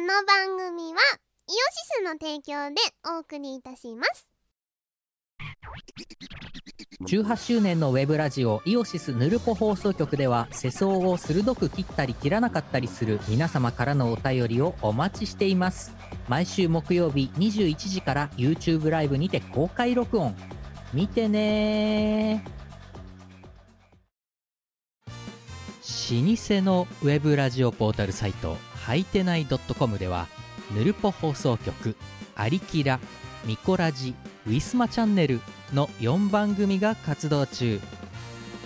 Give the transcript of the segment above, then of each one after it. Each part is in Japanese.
の番組はイオシスの提供でお送りいたします18周年のウェブラジオイオシスヌルポ放送局では世相を鋭く切ったり切らなかったりする皆様からのお便りをお待ちしています毎週木曜日21時から YouTube ライブにて公開録音見てねー老舗のウェブラジオポータルサイトはいてない .com ではぬるぽ放送局「アリキラ」「ミコラジ」「ウィスマチャンネル」の4番組が活動中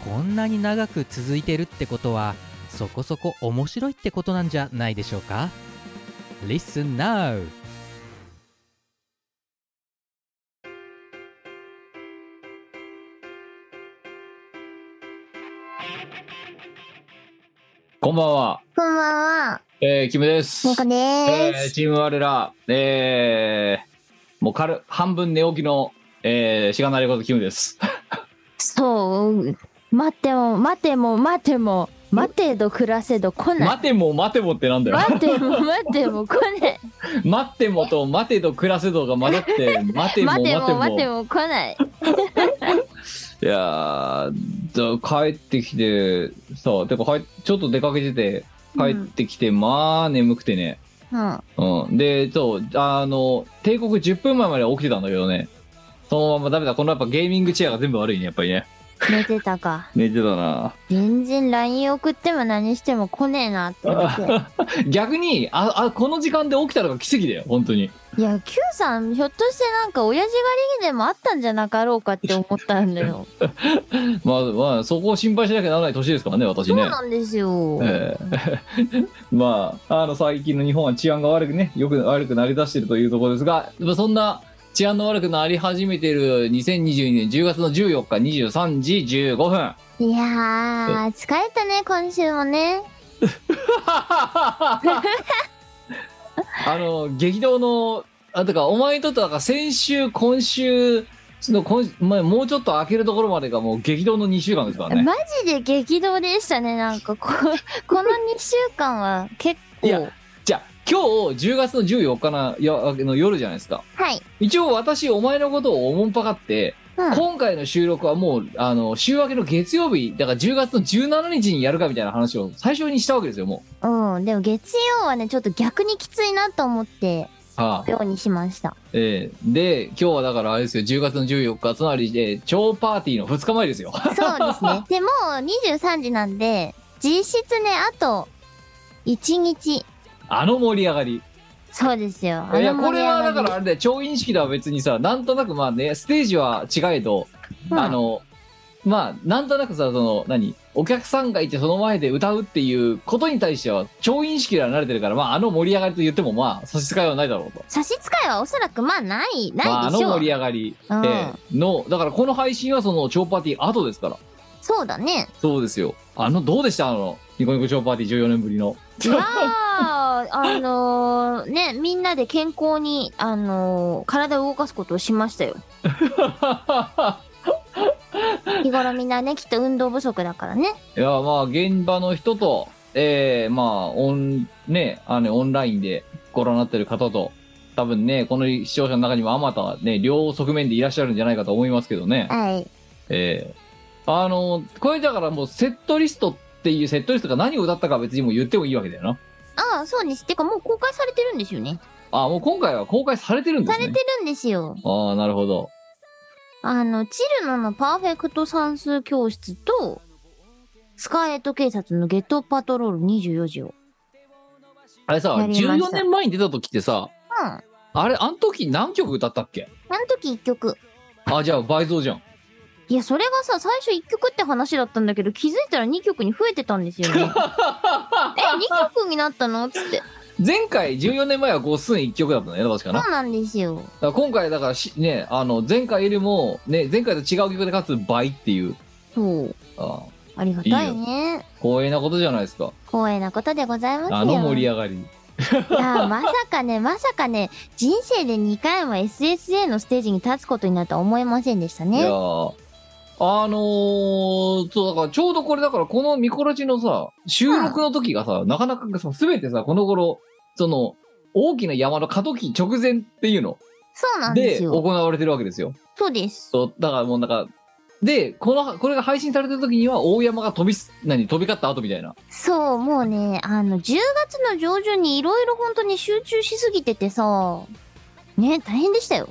こんなに長く続いてるってことはそこそこ面白いってことなんじゃないでしょうか Listen now! こんばんは、こんばんはえー、キムです。モコでえーす、チーム我ら、えー、もう軽半分寝起きの、えー、しがないことキムです。そう待っても待ても待ても待てど暮らせど来ない待ても待てもってなんだよ。待ても待ても来ない待ってもと待てと暮らせどが混ざ って、待ても待待ててもも。待ても来ないいやーだ帰ってきて、さ、てか帰っちょっと出かけてて、帰ってきて、まあ眠くてね。うんうん、で、そう、あの、帝国10分前までは起きてたんだけどね、そのままダメだ、このやっぱゲーミングチェアが全部悪いね、やっぱりね。寝てたか寝てたな。全然 LINE 送っても何しても来ねえなって思って逆に、あ、あ、この時間で起きたのが奇跡だよ、本当に。いや Q さんひょっとしてなんか親父狩りでもあったんじゃなかろうかって思ったんだよまあ、まあ、そこを心配しなきゃならない年ですからね、私そうね。なんですよ、ええ まあ、あの、最近の日本は治安が悪くね、よく悪くなりだしてるというところですが、まあそんな治安の悪くなり始めている2022年10月の14日23時15分。いやー疲れたね今週もね あの激動のあてかお前にとってはなんか先週今週その今まあもうちょっと開けるところまでがもう激動の2週間ですからねマジで激動でしたねなんかここの2週間は結構いやじゃあ今日10月の14日なやの夜じゃないですかはい一応私お前のことをおもんぱかって、うん今回の収録はもうあの週明けの月曜日だから10月の17日にやるかみたいな話を最初にしたわけですよもう。うん、でも月曜はね、ちょっと逆にきついなと思って、ああようにしま した。ええで、今日はだからあれですよ、10月の14日、つまり、えー超パーティーの2日前ですよ。 そうですねでも、23時なんで、実質ねあと1日。あの盛り上がり。そうですよ。いや、これはだりからあれで、調印式では別にさ、なんとなくまあね、ステージは違えど、うんあの、まあ、なんとなくさ、その、何、お客さんがいてその前で歌うっていうことに対しては、調印式では慣れてるから、まあ、あの盛り上がりと言っても、まあ、差し支えはないだろうと。差し支えはおそらく、まあ、ない、まあ、なあいのでしょう。盛り上がり、うんええの、だからこの配信はその超パーティー後ですから。そうだ ね。そうですよ。あの、どうでしたあの、ニコニコ超パーティー14年ぶりの。まあ、あのーね、みんなで健康に、あのー体を動かすことをしましたよ。日頃みんなね、きっと運動不足だからね。 いやまあ現場の人と、えー、まあオンねあのオンラインでご覧になってる方と多分ねこの視聴者の中にもあまたね両側面でいらっしゃるんじゃないかと思いますけどね、はい。えー、あのこれだからもうセットリストっていうセットリストが何を歌ったか別にもう言ってもいいわけだよなああ、そうです。てか、もう公開されてるんですよね。あもう今回は公開されてるんでさすれねてるんですよ。ああなるほどあの、チルノのパーフェクト算数教室と、スカーレット警察のゲットパトロール24時を。あれさやりました14年前に出た時ってさうん。ああれあの時何曲歌ったっけの時1曲。あじゃあ倍増じゃんいや、それがさ、最初1曲って話だったんだけど、気づいたら2曲に増えてたんですよね。え、2曲になったのつって。前回14年前は五寸1曲だったのね確かなそうなんですよ。だから今回だからしねあの前回よりもね前回と違う曲でかつ倍っていうそう。あありがたいね。光栄なことじゃないですか光栄なことでございますよ。あの盛りい上がりや、まさかね、 まさかね、人生で2回も SSA のステージに立つことになるとは思いませんでしたいね。やーあのー、そうだからちょうどこれだからこのミコラジのさ収録の時がさ、なかなかさ全てさこの頃その大きな山の過渡期直前っていうのそうなんでです行よ。われてるわけですよ。そうです。そうだからもうなんかでこのこれが配信された時には大山が飛びす何飛び交った後みたいなそう、もうね、あの、10月の上旬にいろいろ本当に集中しすぎててさ、ね、大変でしたよ。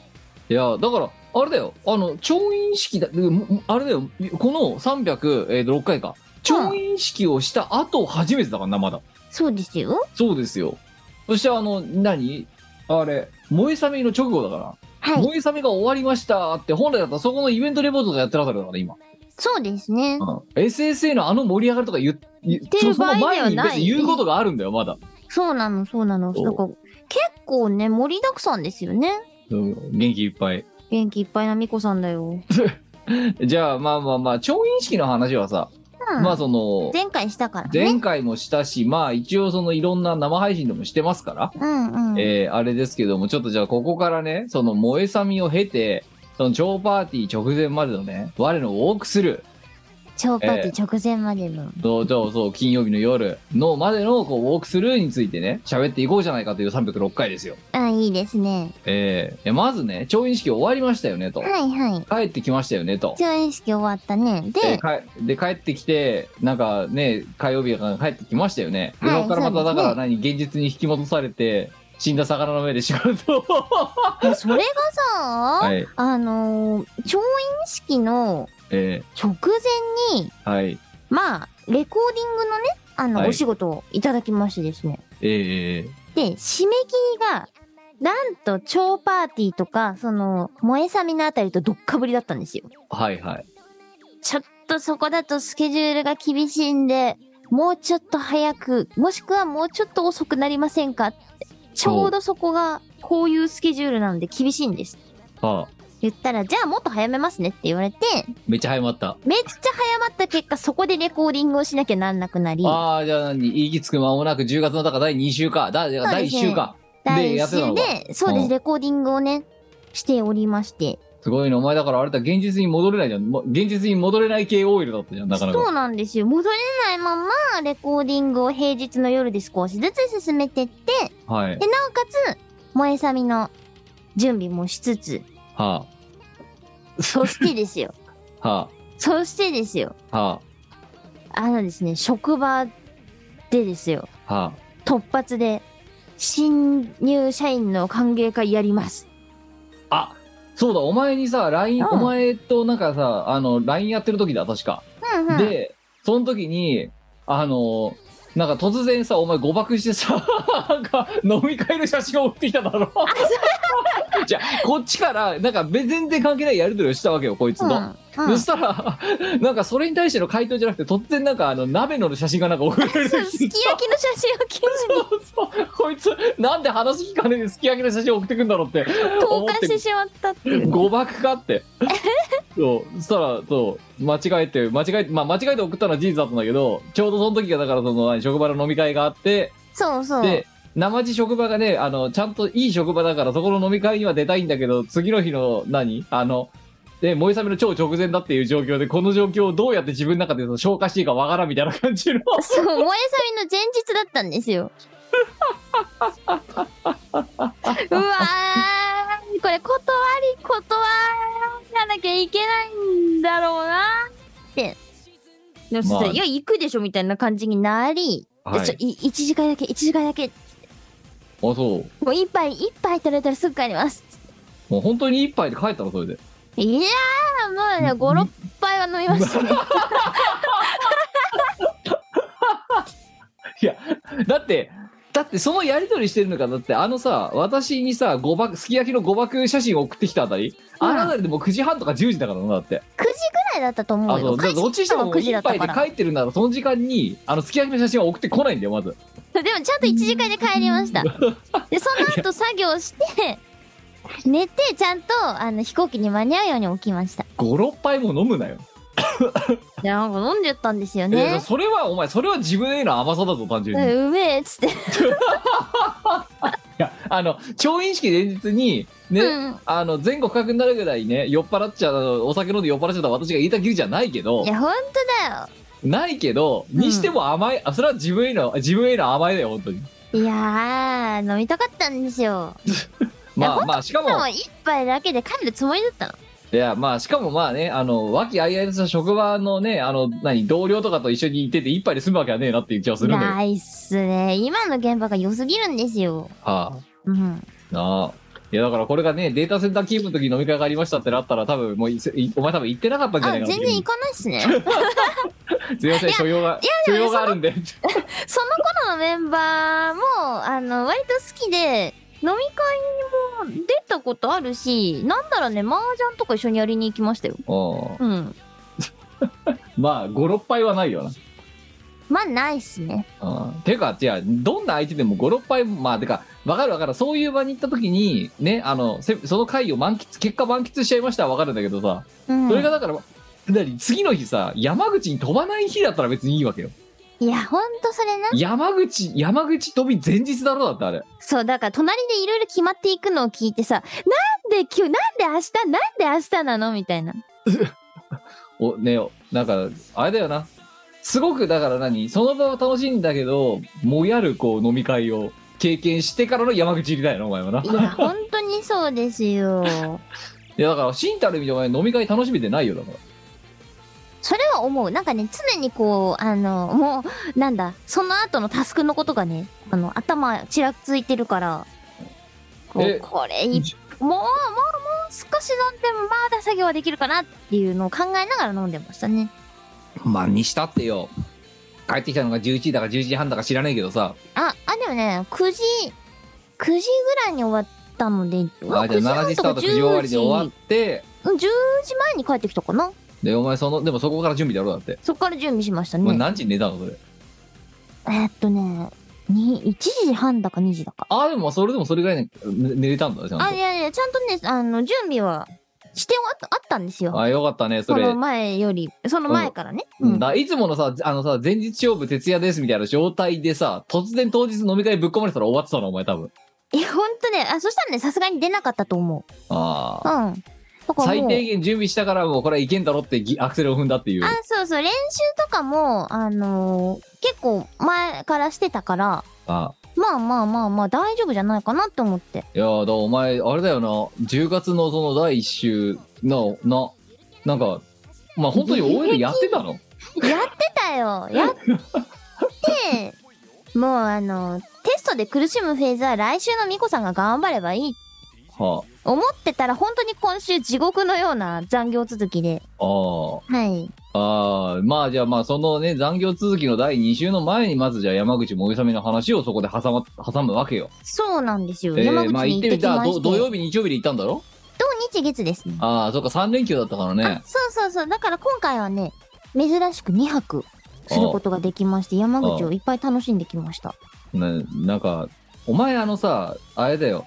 いやだからあれだよあの調印式だでももあれだよこの306回か調印式をした後初めてだからなまだそうですよ。そうですよそしてあの何あれ燃えさめの直後だから、はい。燃えさめが終わりましたって本来だったらそこのイベントレポートがやってるあたりだから今、そうですね。 SSA のあの盛り上がりとか言っててるその前に場合ではな別いに言うことがあるんだよまだそうなの、そうなの。そうなんか、結構ね、盛りだくさんですよね。うん元気いっぱい元気いっぱいなみこさんだよ。じゃあまあまあまあ調印式の話はさ、うんまあその前回したからね。前回もしたしまあ一応そのいろんな生配信でもしてますから、うんうん。えーあれですけどもちょっとじゃあここからねその萌えさみを経てその超パーティー直前までのね我のウォークスルー超パーティー直前までの。そうそうそう金曜日の夜のまでのこうウォークスルーについてね喋っていこうじゃないかという306回ですよ。あ、いいですね。えーいやまずね調印式終わりましたよねとはいはい。帰ってきましたよねと。上演式終わったね。でで、かで帰ってきてなんかね火曜日が帰ってきましたよね、ではいそこからまたそだうですかねら何、現実に引き戻されて死んだ魚の目で仕事をそれがさ、はいあのー、調印式のえ直前に、ーはいまあ、レコーディングのね、あの、はいお仕事をいただきましてですね。えー、で、締め切りが、なんと、超パーティーとか、その、萌えさみのあたりとどっかぶりだったんですよ。はいはいちょっとそこだとスケジュールが厳しいんで、もうちょっと早く、もしくはもうちょっと遅くなりませんかって。ちょうどそこが、こういうスケジュールなんで厳しいんです。はあ言ったら、じゃあもっと早めますねって言われて、めっちゃ早まった、めっちゃ早まった結果、そこでレコーディングをしなきゃなんなくなり、ああじゃあ何言いきつく間もなく10月のだから第2週かだだから第1週か第でや一ってた週のかで、そうでうんす、レコーディングをね、しておりまして。すごいねお前だからあれだ現実に戻れないじゃんもう現実に戻れない系オイルだったじゃんなかなそかうなんですよ。戻れないまま、レコーディングを平日の夜で少しずつ進めてって、はいで、なおかつ、萌えさみの準備もし つつ、はそしてですよ。あはそしてですよ。あはあのですね、職場でですよ。あはあ突発で、新入社員の歓迎会やります。あそうだお前にさ LINE、うんお前となんかさあの LINE やってる時だ確か、うんうん。でその時にあのなんか突然さお前誤爆してさ なんか飲み会の写真を送ってきただろ じゃあこっちからなんか別全然関係ないやり取りをしたわけよこいつうん、うの、ん。そしたら なんかそれに対しての回答じゃなくて突然なんかあの鍋の写真がなんか送られそうてすききて焼きの写真を急に そうそうこいつなんで話聞かねえですき焼きの写真送ってくんだろうって投函してし まったっていう。誤爆かって そうそしたらそう間違えて間違えてまあ間違えて送ったのは事実だったんだけどちょうどその時がだからその何職場の飲み会があってそうそう。で生地職場がねあのちゃんといい職場だからそこの飲み会には出たいんだけど次の日の何あので燃えさめの超直前だっていう状況でこの状況をどうやって自分の中でその消化していいかわからんみたいな感じのそう、萌えさみの前日だったんで すよ。うわー、これ断り断らなきゃいけないんだろうなって。でもそしたらまあいや、行くでしょみたいな感じになり、はいちょい1時間だけ、1時間だけ、あそうもう一杯、一杯取れたらすぐ帰ります。もう本当に一杯で帰ったのそれでいやー、もうね、5、6杯は飲みま したね。だってだってそのやり取りしてるのかだってあのさ私にさ誤爆すき焼きの誤爆写真を送ってきたあたり、うんあのあたりでもう9時半とか10時だからなだって、 9時ぐらいだったと思あうそよ。うだからどっちにしても帰ってきたの一は9時杯だでったか帰ってるならその時間にあのすき焼きの写真は送ってこないんだよまずら。 でもちゃんと1時間で帰りました。で、その後作業して、寝て、ちゃんと、あの、飛行機に間に合うように起きました。 56杯も飲むなよ、いや、なんか飲んじゃったんですよいやね。それはお前それは自分への甘さだぞ単純に、いうんうめえっつって。やあの調印式前日にね、うんあの全国各になるぐらいね酔っ払っちゃうお酒飲んで酔っ払っちゃった私が言いたきりじゃないけどいや、ほんとだよ。ないけどにしても甘い、あそれは自分への自分への甘いだよ本当にいやー飲みたかったんですよ。まあまあしかでもも一杯だけで帰るつもりだったの。いやまあしかもまあねあの和気あいあいとした職場のねあの何同僚とかと一緒にいてて一杯で済むわけはねえなっていう気はするんだよ。はナイスね。今の現場が良すぎるんですよ。あ、うん。なあ。いやだからこれがねデータセンターキープの時に飲み会がありましたってなったら多分もういいお前多分行ってなかったんじゃあ、ない全かな然行かないっすね。すいません所用が所用があるんでその頃のメンバーも、あの、割と好きで、飲み会にも出たことあるし、なんだろうね、麻雀とか一緒にやりに行きましたよ。うんうん。まあ56杯はないよなまあ、ないっすね。うんてか、じゃあ、どんな相手でも5、6杯、まあ、てか、わかるわかる、そういう場に行った時に、ね、あの、せその回を満喫、結果満喫しちゃいましたはわかるんだけどさ、うん。それがだから、何次の日さ、山口に飛ばない日だったら別にいいわけよ。いや、ほんとそれな。山口、山口飛び前日だろだってあれ。そう、だから隣でいろいろ決まっていくのを聞いてさ、なんで今日、なんで明日、なんで明日なのみたいな。お、ねなんか、あれだよな。すごく、だから何その場は楽しいんだけど、もやるこう飲み会を経験してからの山口入りだよな、お前はな。いいや、ほんとにそうですよ。や、だから、真たる意味でお前飲み会楽しめてないよ、だから。それは思う。なんかね、常にこう、あの、もう、なんだ、その後のタスクのことがね、あの、頭ちらついてるから、こえう、これい、もう、もう、もう少し飲んでも、まだ作業はできるかなっていうのを考えながら飲んでましたね。まあ、にしたってよ。帰ってきたのが11時だか11時半だか知らねえけどさ。あ、あ、でもね、9時、9時ぐらいに終わったので、あじゃあ7時スタート9時終わりで終わって、うん10時前に帰ってきたかなで、お前その、でもそこから準備だろだって。そっから準備しましたお前ね。何時に寝たのそれ。えーっとね、に1時半だか2時だか。ああ、でもそれでもそれぐらいに寝れたんだね、ちゃんとあ、いやいや、ちゃんとね、あの、準備はしてはあったんですよ。あよかったね、そそれの。前より、その前からね。うん。だいつものさ、あのさ、前日勝負徹夜ですみたいな状態でさ、突然当日飲み会ぶっ込まれてたら終わってたの、お前多分。え、ほんとね、あ、そしたらね、さすがに出なかったと思う。あうあ。ん。だから最もう低、限準備したからもうこれはいけんだろってぎアクセルを踏んだっていうあ。、そうそう、練習とかも、あのー結構前からしてたから、あまあまあまあまあ、大丈夫じゃないかなって思って。いやーだからお前あれだよな10月のその第1週のななんかまあ本当に OL やって たのやってた よやって、もうあの、テストで苦しむフェーズは来週のミコさんが頑張ればいいっては思ってたら本当に今週地獄のような残業続きで。ああーはい。あーまあじゃあまあそのね残業続きの第2週の前にまずじゃあ山口もぐさみの話をそこで挟,、ま、挟むわけよ、そうなんですよ。え山ー、口まあ行っに行てってみきたまどして。土曜日日曜日で行ったんだろ土日月ですね。ああそっか3連休だったからねあそうそうそう。だから今回はね、珍しく2泊することができまして、山口をいっぱい楽しんできました。ねなんかお前あのさあれだよ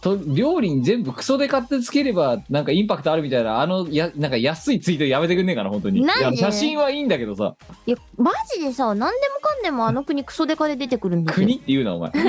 と料理に全部クソで買ってつければなんかインパクトあるみたいなあのやなんか安いツイートやめてくんねえかな本当になんでいや写真はいいんだけどさいや、マジでさ、何でもかんでもあの国クソデカで出てくるんですよ。国って言うなお前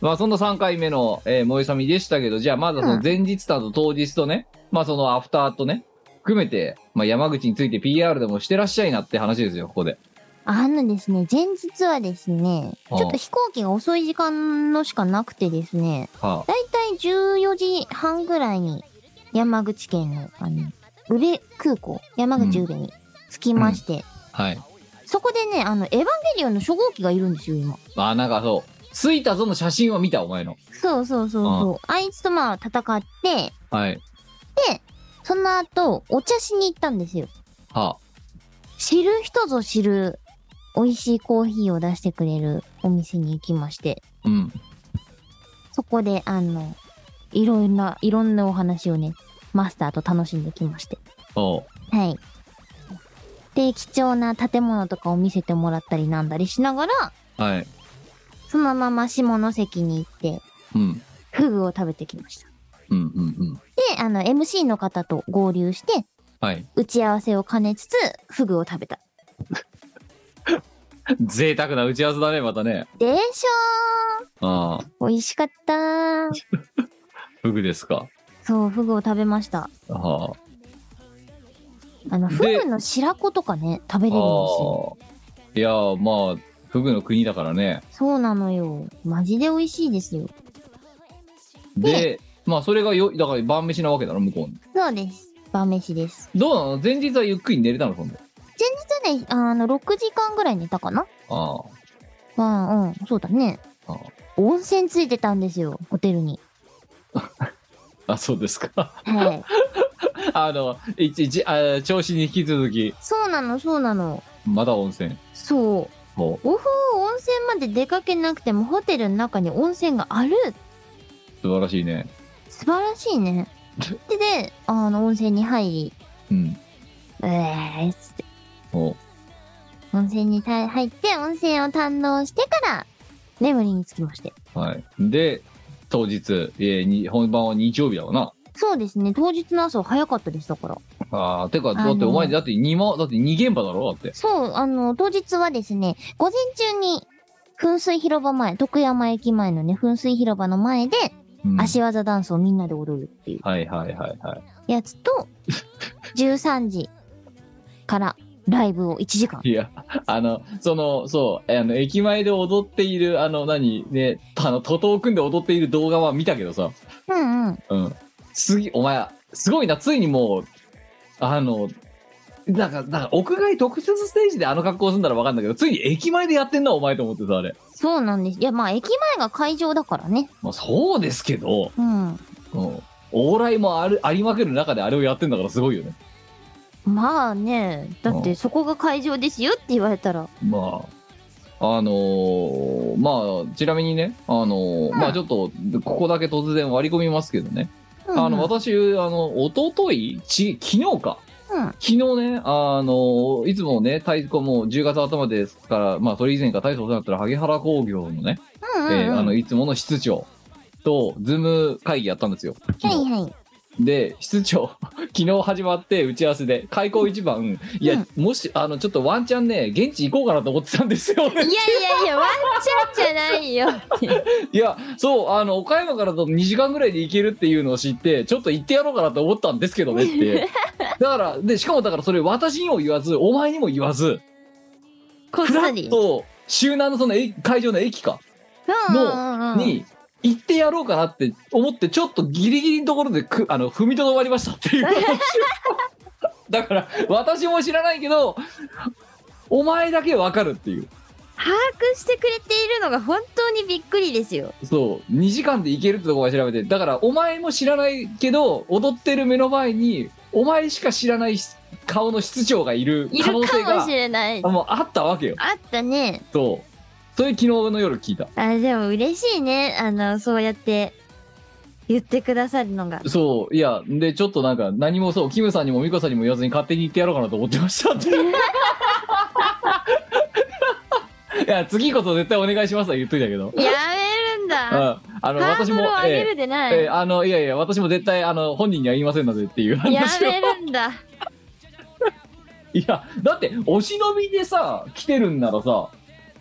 まあそんな3回目の、えー、萌えさみでしたけどじゃあまだその前日とあと当日とね、まあそのアフターとね含めて、まあ、山口について PR でもしてらっしゃいなって話ですよここであのですね、前日はですね、ちあょっと飛行機が遅い時間のしかなくてですね、はだいたい14時半ぐらいに山口県の、あの、宇部空港、山口宇部に着きまして、あはいそこでね、あの、エヴァンゲリオンの初号機がいるんですよ、今。まあなんかそう着いたぞの写真は見たお前のそうそうそうそう。あいつとまあ戦って、はいその後、お茶しに行ったんですよ。はあ知る人ぞ知る、美味しいコーヒーを出してくれるお店に行きまして、うんそこで、あの、いろんな、いろんなお話をね、マスターと楽しんできまして。おうはい。で、貴重な建物とかを見せてもらったりなんだりしながら、はい。そのまま下関に行って、うん。フグを食べてきました。うんうんうん。で、あの、MC の方と合流して、はい。 打ち合わせを兼ねつつ、フグを食べた。贅沢な打ち合わせだね、またね。でしああ、ょー美味しかったー。フグですか。そう、フグを食べました。はあ。あの、フでグの白子とかね、食べれるんですよ。ああ。いやー、まあ、フグの国だからね。そうなのよ。マジで美味しいですよ。で、まあそれがよ、だから晩飯なわけだろ、向こうに。そうです。晩飯です。どうなの前日はゆっくり寝れたの、今度。前日ね、あの、6時間ぐらい寝たかなあうんうん、そうだね。あ。あ温泉ついてたんですよ、ホテルに。あ、あそうですか。 はい。あの、いちいち、あ調子に引き続き、そうなの、そうなの。まだ温泉。そう。もお風呂温泉まで出かけなくてもホテルの中に温泉があるう、素晴らしいね。素晴らしいね。で、で、あの、温泉に入り、うん。うえーっつって、もう、温泉にた入って、温泉を堪能してから、眠りにつきまして。はい。で、当日、えーに本番は日曜日だわな。そうですね、当日の朝は早かったです、だから。ああ、てか、だってお前、あのだって2万、だって2現場だろだって。そう、あの、当日はですね、午前中に、噴水広場前、徳山駅前のね、噴水広場の前で、うん、足技ダンスをみんなで踊るっていうはいはいはいはい。やつ と、13時からライブを1時間。いや、あの、その、そう、あの、駅前で踊っている、あの、何、ね、あの、徒党組んで踊っている動画は見たけどさ、うんうん。うん。すぎ、お前、すごいな、ついにもう、あの、なんか、なんか、屋外特設ステージであの格好するならわかんだけど、ついに駅前でやってんな、お前と思ってさ、あれ。そうなんです。いや、まあ、駅前が会場だからね。まあ、そうですけど、うん。うん。往来もある、ありまくる中であれをやってんだからすごいよね。まあね、だっうてそこが会場ですよって言われたら。まあ、あのーまあ、ちなみにね、あのーまあちょっと、ここだけ突然割り込みますけどね、うんうんあの、私、あの、一昨日ち、昨日か。うん昨日ね、あの、いつもね、太鼓もう10月頭ですから、まあ、それ以前から大層となったら、萩原工業のね、うんうんうんえーあの、いつもの室長と、ズーム会議やったんですよ。昨日はいはい。で、室長、 昨日始まって、打ち合わせで、開口一番、いや、もし、あの、ちょっとワンチャンね、現地行こうかなと思ってたんですよ。いやいやいや、ワンチャンじゃないよって。 いや、そう、あの、岡山からだと2時間ぐらいで行けるっていうのを知って、ちょっと行ってやろうかなと思ったんですけどね って。だから、で、しかもだからそれ私にも言わず、お前にも言わず、こっふらそっり。と、周南のそのえ会場の駅か、うんうんうんに、行ってやろうかなって思って、ちょっとギリギリのところでく、あの、踏みとどまりましたっていう話をだから、私も知らないけど、お前だけわかるっていう。把握してくれているのが本当にびっくりですよ。そう2時間で行けるってとこまで調べてだからお前も知らないけど踊ってる目の前にお前しか知らないし顔の室長がいるいる可能性かもがしれない。あもうあったわけよあったね。そうそれ昨日の夜聞いたあ、でも嬉しいね。あの、そうやって言ってくださるのが。そういやでちょっとなんか何もそうキムさんにもミコさんにも言わずに勝手に行ってやろうかなと思ってま したっていや次こそ絶対お願いしますは言っといたけどやめるんうだ。んあのハー私ドもルを上げえるでなえい。ええあのいやいや私も絶対あの本人には言いませんのでっていう話をやめるんだ。いや、だって、お忍びでさ、来てるんならさ、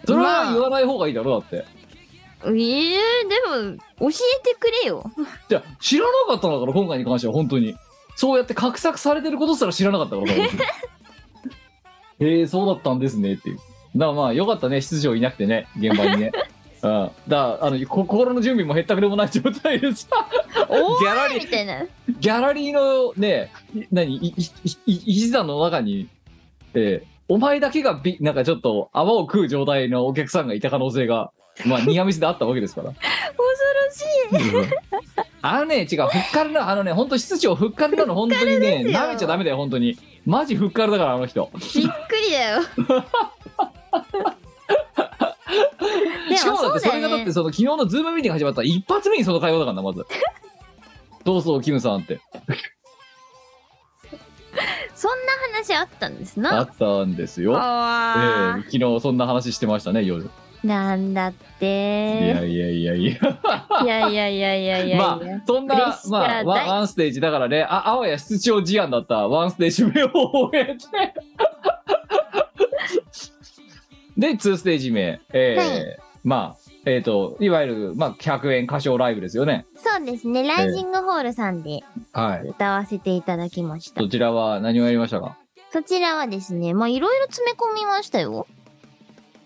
それは言わない方がいいだろ、だって。ええでも、教えてくれよ。じゃあ知らなかったんだから、今回に関しては、本当に。そうやって画策されてることすら知らなかったから、本当に へえそうだったんですね、っていう。だからまあ、よかったね、出場いなくてね、現場にね。うん、だあのこ心の準備もへったくれもない状態でさ おギャラーリいみたいな。ーギャラリーのねい何いいいい一座の中に、えーお前だけがびなんかちょっと泡を食う状態のお客さんがいた可能性がまあニアミスであったわけですから恐ろしい。あのね、違う、ふっかるな、あのね、本当室長ふっかるなの、本当にね、すよ舐めちゃダメだよ、本当に。マジふっかるだから、あの人。びっくり だよ。でしかもだって、それがだって、ね。その昨日のズームミーティング始まったら一発目にその会話だからな、まず。どうぞ、キムさんって。そんな話あったんですあな。ったんですよ。ええあ昨日そんな話してましたね、夜。ーなんだっいてやいやいやいや。いやいやいやいやいやいまや。あ、そんプレッなシ、ャーまあ、ワ大ンワンステージ、だからね、ああわや室長事案だったワンステージ目を終えて、 で、ツーステージ目、えーはいまあ、えっ、と、いわゆる、まあ、100円歌唱ライブですよね。そうですね。ライジングホールさんではい。歌わせていただきましたど。ちらは何をやりましたかそちらはですね、まあいろいろ詰め込みましたよ。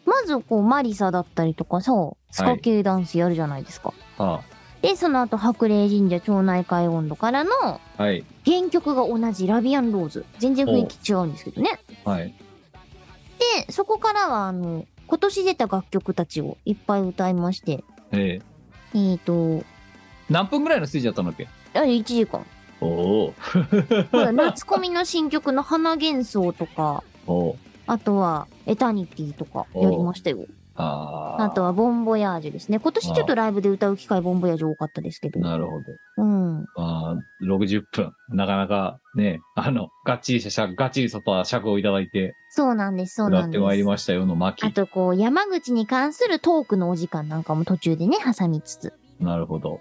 まずこうマリサだったりとかさスカ系ダンスやるじゃないですか、はでその後白麗神社町内会温度からのあはい原曲が同じラビアンローズ全然雰囲気違うんですけどねはいでそこからはあの今年出た楽曲たちをいっぱい歌いましてえええっ、ー、と何分ぐらいのステージだったんだっけあ1時間おおほら夏コミの新曲の「花幻想」とかおおあとは「エタニティ」とかやりましたよあああとは「ボンボヤージュ」ですね今年ちょっとライブで歌う機会ボンボヤージュ多かったですけどなるほどうんあー60分なかなかねあのがっちりした尺がっちりした尺をいただいてそうなんですそうやなっんてでまいりすましたよの巻あとこう山口に関するトークのお時間なんかも途中でね挟みつつなるほど。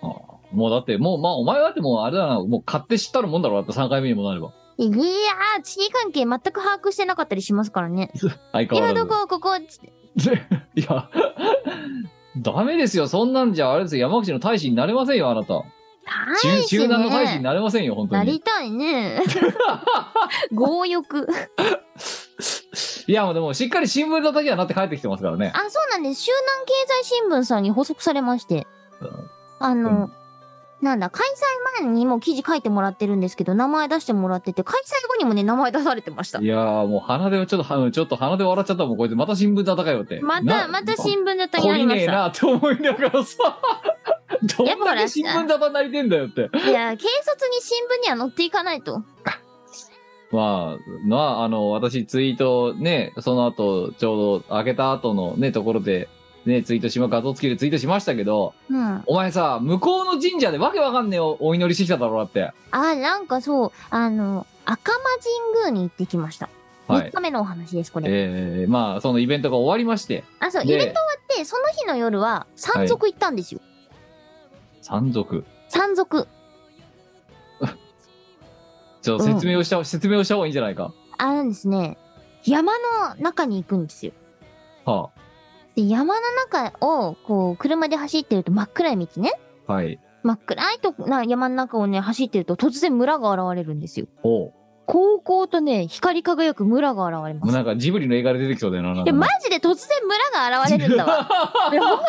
ああもうだって、もう、まあ、お前はだってもう、あれだな、もう買って知ったるもんだろ、だって3回目にもなれば。いやー、地理関係全く把握してなかったりしますからね。相変わ今らず。どこ、ここ、つって。 いや、ダメですよ、そんなんじゃ、あれですよ、山口の大使になれませんよ、あなた。中大使ね中南の大使になれませんよ、本当なにり。た いね。強欲。いや、もうでも、しっかり新聞だけはなって帰ってきてますからね。あ、そうなんです。周南経済新聞さんに補足されまして。あの、なんだ、開催前にも記事書いてもらってるんですけど、名前出してもらってて、開催後にもね、名前出されてましたい。やー、もう鼻で、ちょっとは、ちょっと鼻で笑っちゃったもん、こいつ、また新聞叩かよって。まなた、また新聞だったになり懲まりねしえた。なって思いながらさ、どんやっぱほだらけ新聞だたなりてんだよって。いや、警察に新聞には載っていかないと。まあ、まあ、あの、私ツイートね、その後、ちょうど開けた後のね、ところで、ね、ツイートしま、画像付きでツイートしましたけど、うん。お前さ、向こうの神社でわけわかんねえおお祈りしてきただろうだって。あ、なんかそう、あの、赤間神宮に行ってきました。は3い。日目のお話です、これ。えー、まあ、そのイベントが終わりまして、あ、そう、イベント終でわ、って、その日の夜は、山賊行ったんですよ。山賊。山賊。ちょっと説明をした、説明をした方がいいんじゃないか。あれですね、山の中に行くんですよ。はで、山の中を、こう、車で走ってると真っ暗い道ね。あ、はい。真っ暗いとな山の中をね、走ってると突然村が現れるんですよ。おう。高校とね、光り輝く村が現れもうまなす。んかジブリの映画で出てきそうだよな。なんで、かマジで突然村が現れるんだ わ。いや本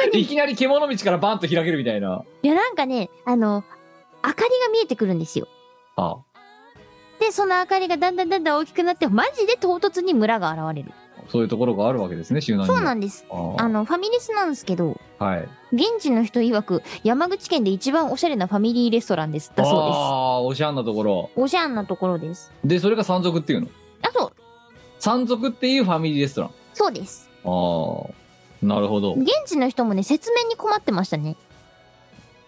当に、いきなり獣道からバンと開けるみたいな。いや、なんかね、あの、明かりが見えてくるんですよ。あ、で、その明かりがだんだんだんだん大きくなって、マジで唐突に村が現れる。そういうところがあるわけですね、周南にそは。うなんです。ああの、ファミレスなんですけど、あはい。現地の人曰く、山口県で一番おしゃれなファミリーレストランです。だそああ、おしゃんなところ。うです。おしゃんなところです。で、それが山賊っていうの。あ、そう、山賊っていうファミリーレストラン。そうです。ああ、なるほど。現地の人もね、説明に困ってましたね。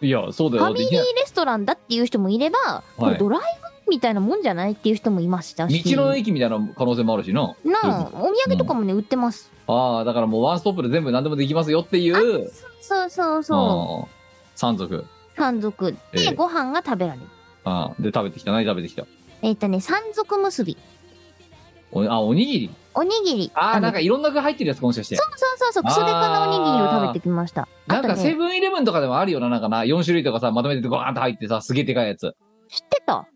いや、そうだフよ。ァミリーレストランだっていう人もいれば、これドライブみたいなもんじゃないっていう人もいましたでし。きない道の駅みたいな可能性もあるしな。なあ、お土産とかもね、売ってます。ああ、だからもうワンストップで全部何でもできますよっていう。そうそうそう。ああ山賊。山賊で、ええご飯が食べられる。ああ、で、食べてきた。何食べてきたえっ、とね、山賊結び。おあ、おにぎり。おにぎり。ああ、のなんかいろんな具入ってるやつもしかしてそ。うそうそうそう、クソデカのおにぎりを食べてきました。なあんとかセね、ブンイレブンとかでもあるよな、なんかな。4種類とかさ、まとめてゴーンと入ってさ、すげえでかいやつ。知ってた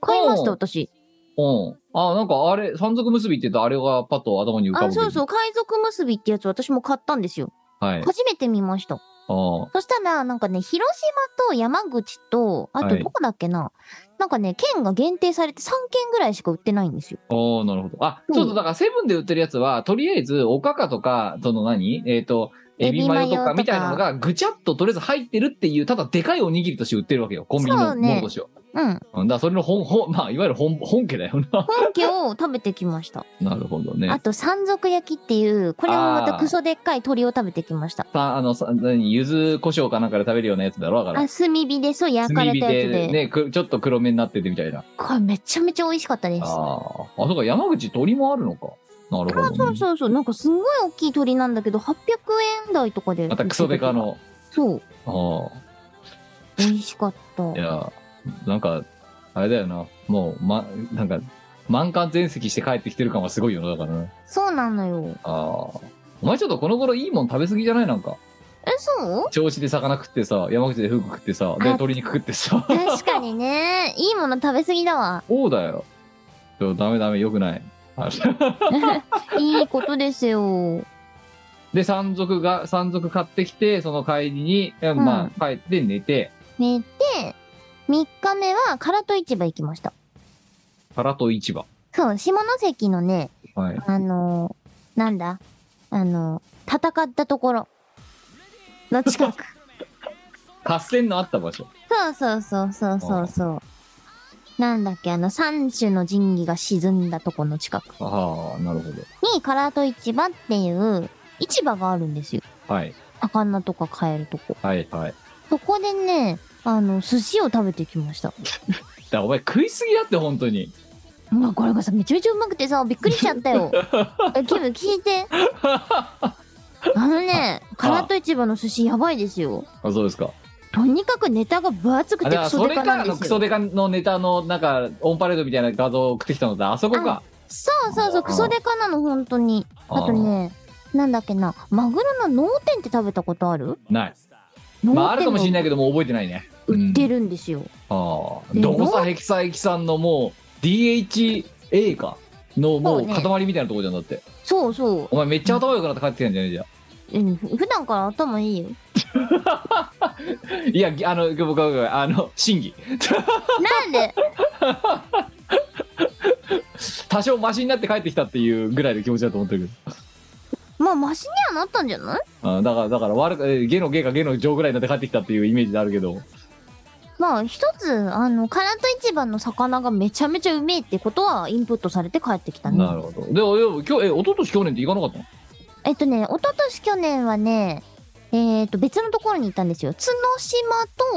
買いました、うん私。うん。ああ、なんかあれ、山賊結びって言うとあれがパッと頭に浮かぶあ、けど。そうそう、海賊結びってやつ私も買ったんですよ。はい。あ初めて見ました。あ。そしたら、なんかね、広島と山口と、あはといどこだっけな、なんかね、県が限定されて3県ぐらいしか売ってないんですよ。おおなるほど。あ、うんそうそう、だからセブンで売ってるやつは、とりあえず、おかかとか、その何えっ、と、エビマヨとエビマヨとかかみたいなのが、ぐちゃっととりあえず入ってるっていう、ただでかいおにぎりとして売ってるわけよ。コンビニそのうねものとしては。うん。うん、だからそれの本、本、 まあ、いわゆる本、本家だよな。 本家を食べてきました。なるほどねあ。と、山賊焼きっていう、これもまたあークソでっかい鳥を食べてきました。さ、あの、さ、何、柚子胡椒かなんかで食べるようなやつだろだからあ、。炭火で、そう、焼かれたやつで。ね、くちょっと黒目になっててみたいな。これめちゃめちゃ美味しかったです。あああ。あ、そうか、山口鳥もあるのか。なるほど、ね。そうそうそう。なんかすんごい大きい鳥なんだけど、800円台とかで。またクソデカ。の。そう。ああ。美味しかった。いや、なんか、あれだよな。もう、ま、なんか、満館全席して帰ってきてる感はすごいよな、だからね。そうなのよ。ああ。お前ちょっとこの頃いいもん食べ過ぎじゃないなんか。え、そう調子で魚食ってさ、山口でフグ食ってさ、で、あ鶏肉食ってさ。 確かにね。いいもの食べ過ぎだわ。そうだよ。ちょダメダメ、よくない。あ いいことですよ。で、山賊が、山賊買ってきて、その帰りに、えまあ、帰って寝て、寝て、3日目は唐戸市場行きました。空と市場。そう、下関のね、はい。あのーなんだあのー戦ったところの近く。合戦のあった場所。そうそうそうそうそうそう。なんだっけ、あの、三種の神器が沈んだとこの近くああ、なるほど。に、唐戸市場っていう市場があるんですよ。はい。魚とか買えるとこ。はい、はい。そこでね、あの、寿司を食べてきました。だからお前食いすぎだって、本当に。まあ、これがさ、めちゃめちゃうまくてさ、びっくりしちゃったよ。え、キム、聞いて。あのね、あ唐戸市場の寿司やばいですよ。あ、そうですか。とにかくネタが分厚くあてだからクソそデれカかなあんのクですよソ。デカのネタのなんかオンパレードみたいな画像を送ってきたのってあそこかそうそうそう、クソデカなの、本当に。ああとね、なんだっけな、マグロの脳天って食べたことあるーない脳天まああるかもしれい。ないけどもう覚えてないね売ってるんですよ。ああでどこさヘキサヘキさんのもう DHA かのもそううね塊みたいなとこじゃんだってそうそうお前めっちゃ頭良くなって帰ってきたんじゃねえじゃん。うんふ普段から頭い いよ。いやぎあの僕は僕はあの審議なんで多少マシになって帰ってきたっていうぐらいの気持ちだと思ってるけまあ、マシにはなったんじゃないどうんだからだから悪くえー下の下か下の上ぐらいになって帰ってきたっていうイメージであるけどまあ、一つ、あの、唐戸市場の魚がめちゃめちゃうめえってことはインプットされて帰ってきたね。なるほどでおよ今日え一昨年去年って行かなかったのえっとね、一昨年去年はね、えっ、と、別のところに行ったんですよ。角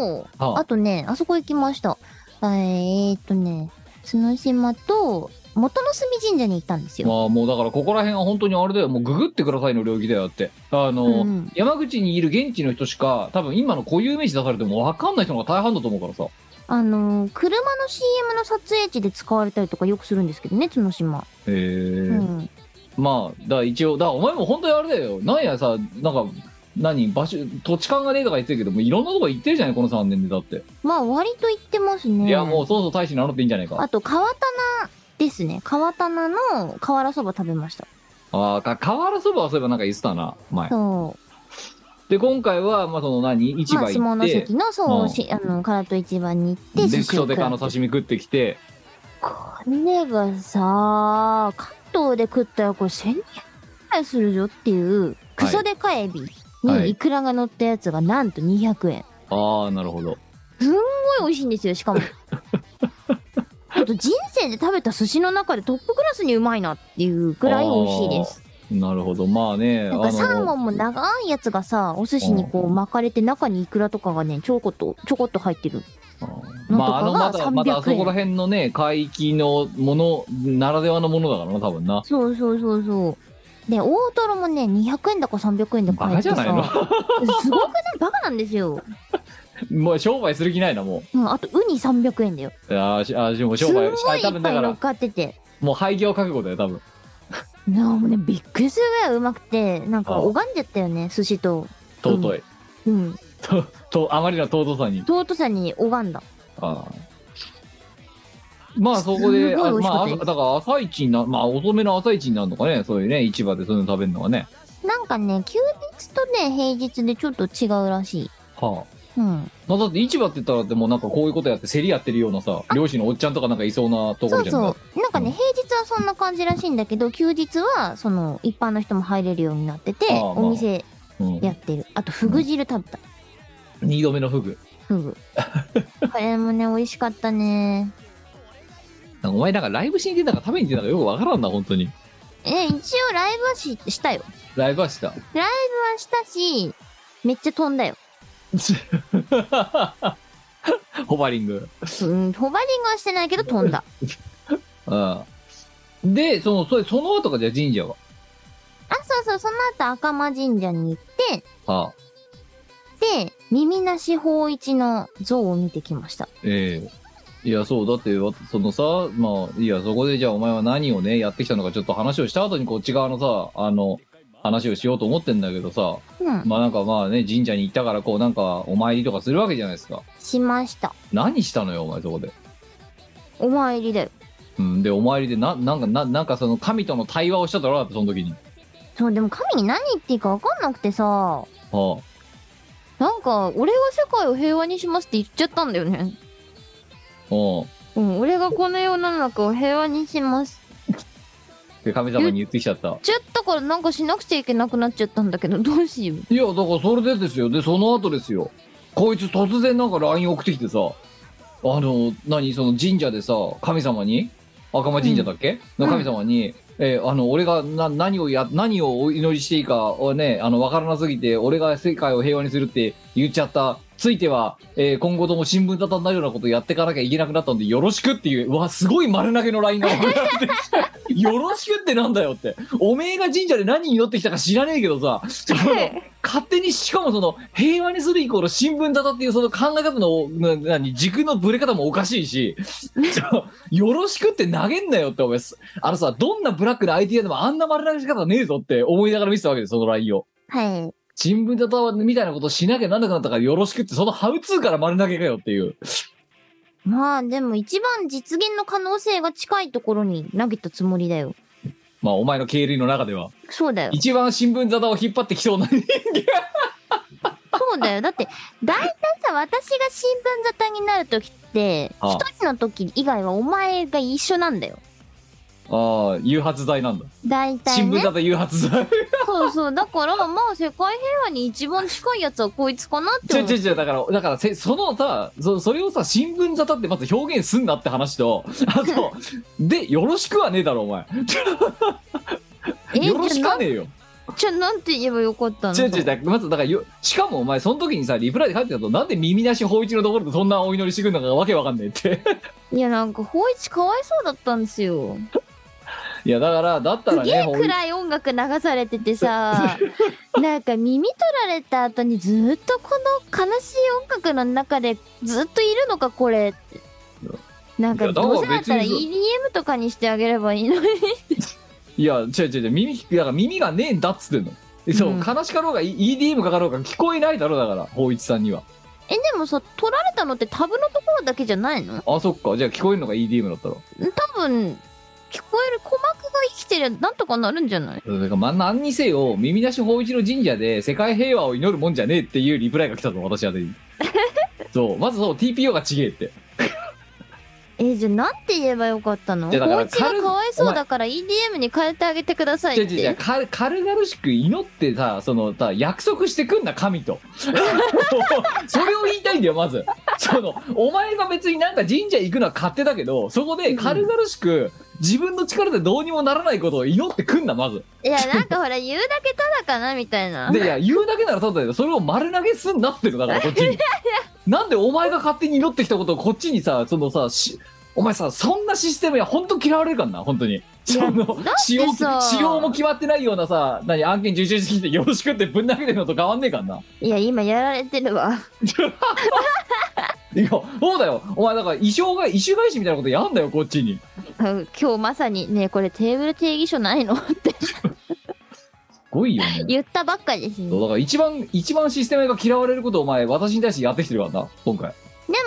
島と、あああとね、あそこ行きました。あえっ、とね、角島と、元の隅神社に行ったんですよ。まあもうだからここら辺は本当にあれだよもうググってくださいの領域だよだってあの、うん山口にいる現地の人しか多分今の固有名詞出されても分かんない人の方が大半だと思うからさあのー車の CM の撮影地で使われたりとかよくするんですけどね、角島。へえ、うん。まあだから一応だからお前も本当にあれだよなんやさなんか何場所土地勘がねえとか言ってるけどもういろんなとこ行ってるじゃないこの3年でだって、まあ、割と行ってますね。いやもうそうそう大使名乗っていいんじゃないかあと、川棚ですね。川棚の瓦そば食べました。ああか瓦そばはそういえばなんか言ってたな前そう。で今回はまあその何市ま場あ、下行って、関の、そう、うんしあの、唐戸市場に行って、で寿ク司をソ食デってカの刺身食ってきてこれがさ、関東で食ったらこれ1200円くらいするよっていう、クソデカエビはいにイクラが乗ったやつがなんと200円。ああなるほどすごい美味しいんですよ、しかも。あと人生で食べた寿司の中でトップクラスにうまいなっていうくらい美味しいです。なるほどまあねなんかサーモンンも長いやつがさ、お寿司にこう巻かれて中にイクラとかがね、ちょこっと、ちょこっと入ってる。まああのまのとたかがまたあ300そ円こら辺のね海域のものならではのものだからな多分なそうそうそうそう。で、大トロもね、200円だか300円だかバカじゃないのすごくね、バカなんですよ。 もう商売する気ないなもうん、あと、ウニ300円だよ。うあーしあーしもうす商んごいい売っあ多分ぱだいか乗っらかってて。もう廃業覚悟だよ多分なあもうね、びっくりするぐらいうまくて、なんあかあ拝んじゃったよね、寿司と。尊い、うん。ととあまりの尊さに尊さに拝んだ。あーまあそこですごあい美味ましかあったです朝だから朝市になまあ遅めの朝市になるのかねそういうね市場でそういうの食べるのがねなんかね、休日とね、平日でちょっと違うらしい。はあうん。まあ、だって市場って言ったらでもうなんかこういうことやって競りやってるようなさ漁師のおっちゃんとかなんかいそうなとこそろうじゃんそう。なんかね、平日はそんな感じらしいんだけど、休日は、その、一般の人も入れるようになってて、ああまあお店うんやってる。あと、フグ汁食べた。二度目のフグフ グ。これもね、美味しかったね。なんかお前なんかライブしに出たか食べに出たかよくわからんな本当にえ、一応ライブはししたよ。ライライブはした ブはしたし、めっちゃ飛んだよ。ホバリングうん、ホバリングはしてないけど飛んだ。うんでそのそれその後かじゃあ神社はあ、そうそう、その後赤間神社に行っああて、で、耳なし法一の像を見てきました。ええいやそうだってわそのさまあいやそこでじゃあお前は何をねやってきたのかちょっと話をした後にこっち側のさあの話をしようと思ってんだけどさうん、まあなんかまあね、神社に行ったからこうなんかお参りとかするわけじゃないですか。しました。何したのよ、お前そこで。お参りだよ。うん、でお参りでななんかななんかその神との対話をしちゃったろだってその時に、そう、でも神に何言っていいか分かんなくてさ、はなんか、俺が世界を平和にしますって言っちゃったんだよね。あはうん、俺がこの世の中を平和にします。あ、で神様に言ってきちゃったちょっとからなんかしなくちゃいけなくなっちゃったんだけど、どうしよう。いやだからそれでですよでその後ですよこいつ突然なんか LINE 送ってきてさあの何その神社でさ神様に赤間神社だっけ、んの神様に、えーあの俺がな何をや何をお祈りしていいかをねあの分からなすぎて俺が世界を平和にするって言っちゃったついては、えー今後とも新聞沙汰になるようなことやっていかなきゃいけなくなったんでよろしくっていううわすごい丸投げの LINE が送られて きてよろしくってなんだよっておめえが神社で何祈ってきたか知らねえけどさその勝手にしかもその平和にするイコール新聞だったっていうその考え方のな何軸のぶれ方もおかしいしちょよろしくって投げんなよって思いますあのさどんなブラックな IT でもあんな丸投げし方ねえぞって思いながら見てたわけですそのラインをはい。新聞だったみたいなことしなきゃなんなくなったからよろしくってそのハウツーから丸投げかよっていうまあ、でも一番実現の可能性が近いところに投げたつもりだよ。まあお前の経理の中ではそうだよ。一番新聞沙汰を引っ張ってきそうな そうだよ。だって、だいたいさ、私が新聞沙汰になるときって、ああ一人のとき以外はお前が一緒なんだよ。ああ誘発罪なんだ、だいたい新聞ね。沙汰誘発罪そうそう。だから、まあ、世界平和に一番近いやつはこいつかなって違う思う違う。違うだからだからせそのさそそれをさ新聞沙汰ってまず表現すんなって話とあ とでよろしくはねえだろお前えよろしじくゃあはねえよじゃあなんて言えばよかったの違う違うだからまずだからよしかもお前その時にさリプライで書いてたとなんで耳なし法一のところでそんなお祈りしてくんのかわけわかんねえって いやなんか芳一かわいそうだったんですよいやだからだったすらげねえほん暗い音楽流されて てさなんか耳取られた後にずっとこの悲しい音楽の中でずっといるのかこれってなんいかやだからどうせだったら別 EDM にとかにしてあげればいいのに いや違う違う違う耳だから耳がねえんだっつってんのそう、うん悲しかろうが EDM かかろうが聞こえないだろだから法一さんにはえでもさ取られたのってタブのところだけじゃないのあそっかじゃあ聞こえるのが EDM だったら多分聞こえる鼓膜が生きてりゃなんとかなるんじゃなだいからまあ何にせよ耳出し法一の神社で世界平和を祈るもんじゃねえっていうリプライが来たぞ私はにそうまずそう TPO がちげえってえじゃあなんて言えばよかったのじゃあだ高から一がかわいそうだから EDM に変えてあげてくださいじゃっじゃて軽々しく祈ってさそのさ約束してくんな神と それを言いたいんだよまずそのお前が別になんか神社行くのは勝手だけどそこで軽々しく自分の力でどうにもならないことを祈ってくんなまずいやなんかほら言うだけただかなみたいなでいや言うだけならそうだけどそれを丸投げすんなってるだからこっちになんでお前が勝手に祈ってきたことをこっちにさそのさしお前さそんなシステムや本当嫌われるからな本当にそのだってさ使用使用も決まってないようなさ何案件受注してきてよろしくってぶん投げてるのと変わんねえからないや今やられてるわ いやそうだよお前だから衣装が異種返しみたいなことやんだよこっちにうん今日まさにねこれテーブル定義書ないの ってすごいよね言ったばっかりですねそうでだから一番一番システムが嫌われることをお前私に対してやってきてるからな今回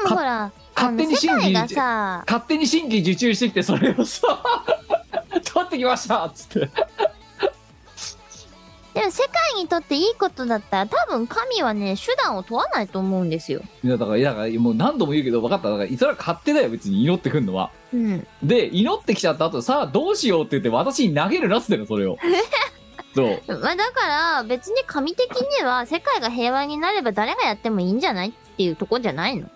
もほらあ勝の手に世信界じがさ勝手に新規受注してきてそれをさ 取ってきましたっつってでも世界にとっていいことだったら多分神はね手段を問わないと思うんですよいやだからいやだからもう何度も言うけど分かっただからそれは勝手だよ別に祈ってくんのはうんで祈ってきちゃった後さあどうしようって言って私に投げるなっつってんのそれをそうまあだから別に神的には世界が平和になれば誰がやってもいいんじゃないっていうとこじゃないの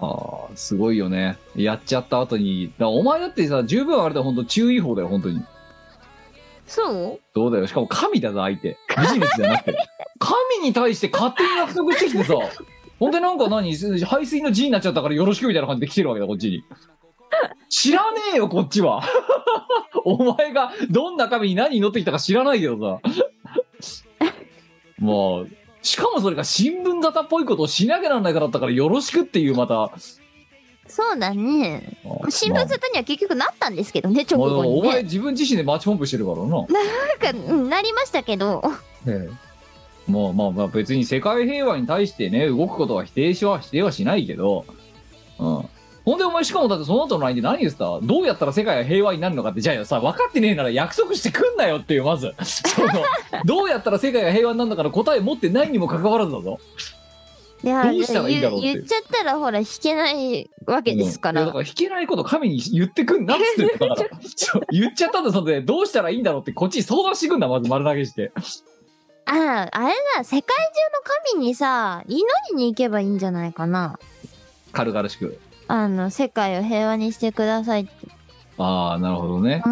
ああすごいよねやっちゃった後にだからお前だってさ十分あれだよ本当注意報だよ本当にそうどうだよしかも神だぞ相手ビジネスじゃなく て神に対して勝手に約束してきてさほんでなんか何排水の字になっちゃったからよろしくみたいな感じで来てるわけだこっちに知らねえよこっちは お前がどんな神に何祈ってきたか知らないけどさまあしかもそれが新聞沙汰っぽいことをしなきゃなんないからだったからよろしくっていうまたそうだね新聞沙汰には結局なったんですけどね直まあ後おに前ね自分自身でマッチポンプしてるからな。 なんかうんなりましたけどまあまあまあ別に世界平和に対してね動くことは否定しは否定はしないけど、うん、ほんでお前しかもだってその後の LINE で何言ってたどうやったら世界が平和になるのかってじゃあさ分かってねえなら約束してくんなよっていうま ずそのどうやったら世界が平和になるのかの答え持ってないにもかかわらずだぞであどうしたらいいんだろうって言言っちゃったらほら弾けないわけですかいら、やだから弾けないこと神に言ってくんなっつってんだ からそう言っちゃったんだそれでどうしたらいいんだろうってこっちに相談してくんだまず丸投げしてああれだ世界中の神にさ祈りに行けばいいんじゃないかな軽々しくあの世界を平和にしてくださいってああなるほどね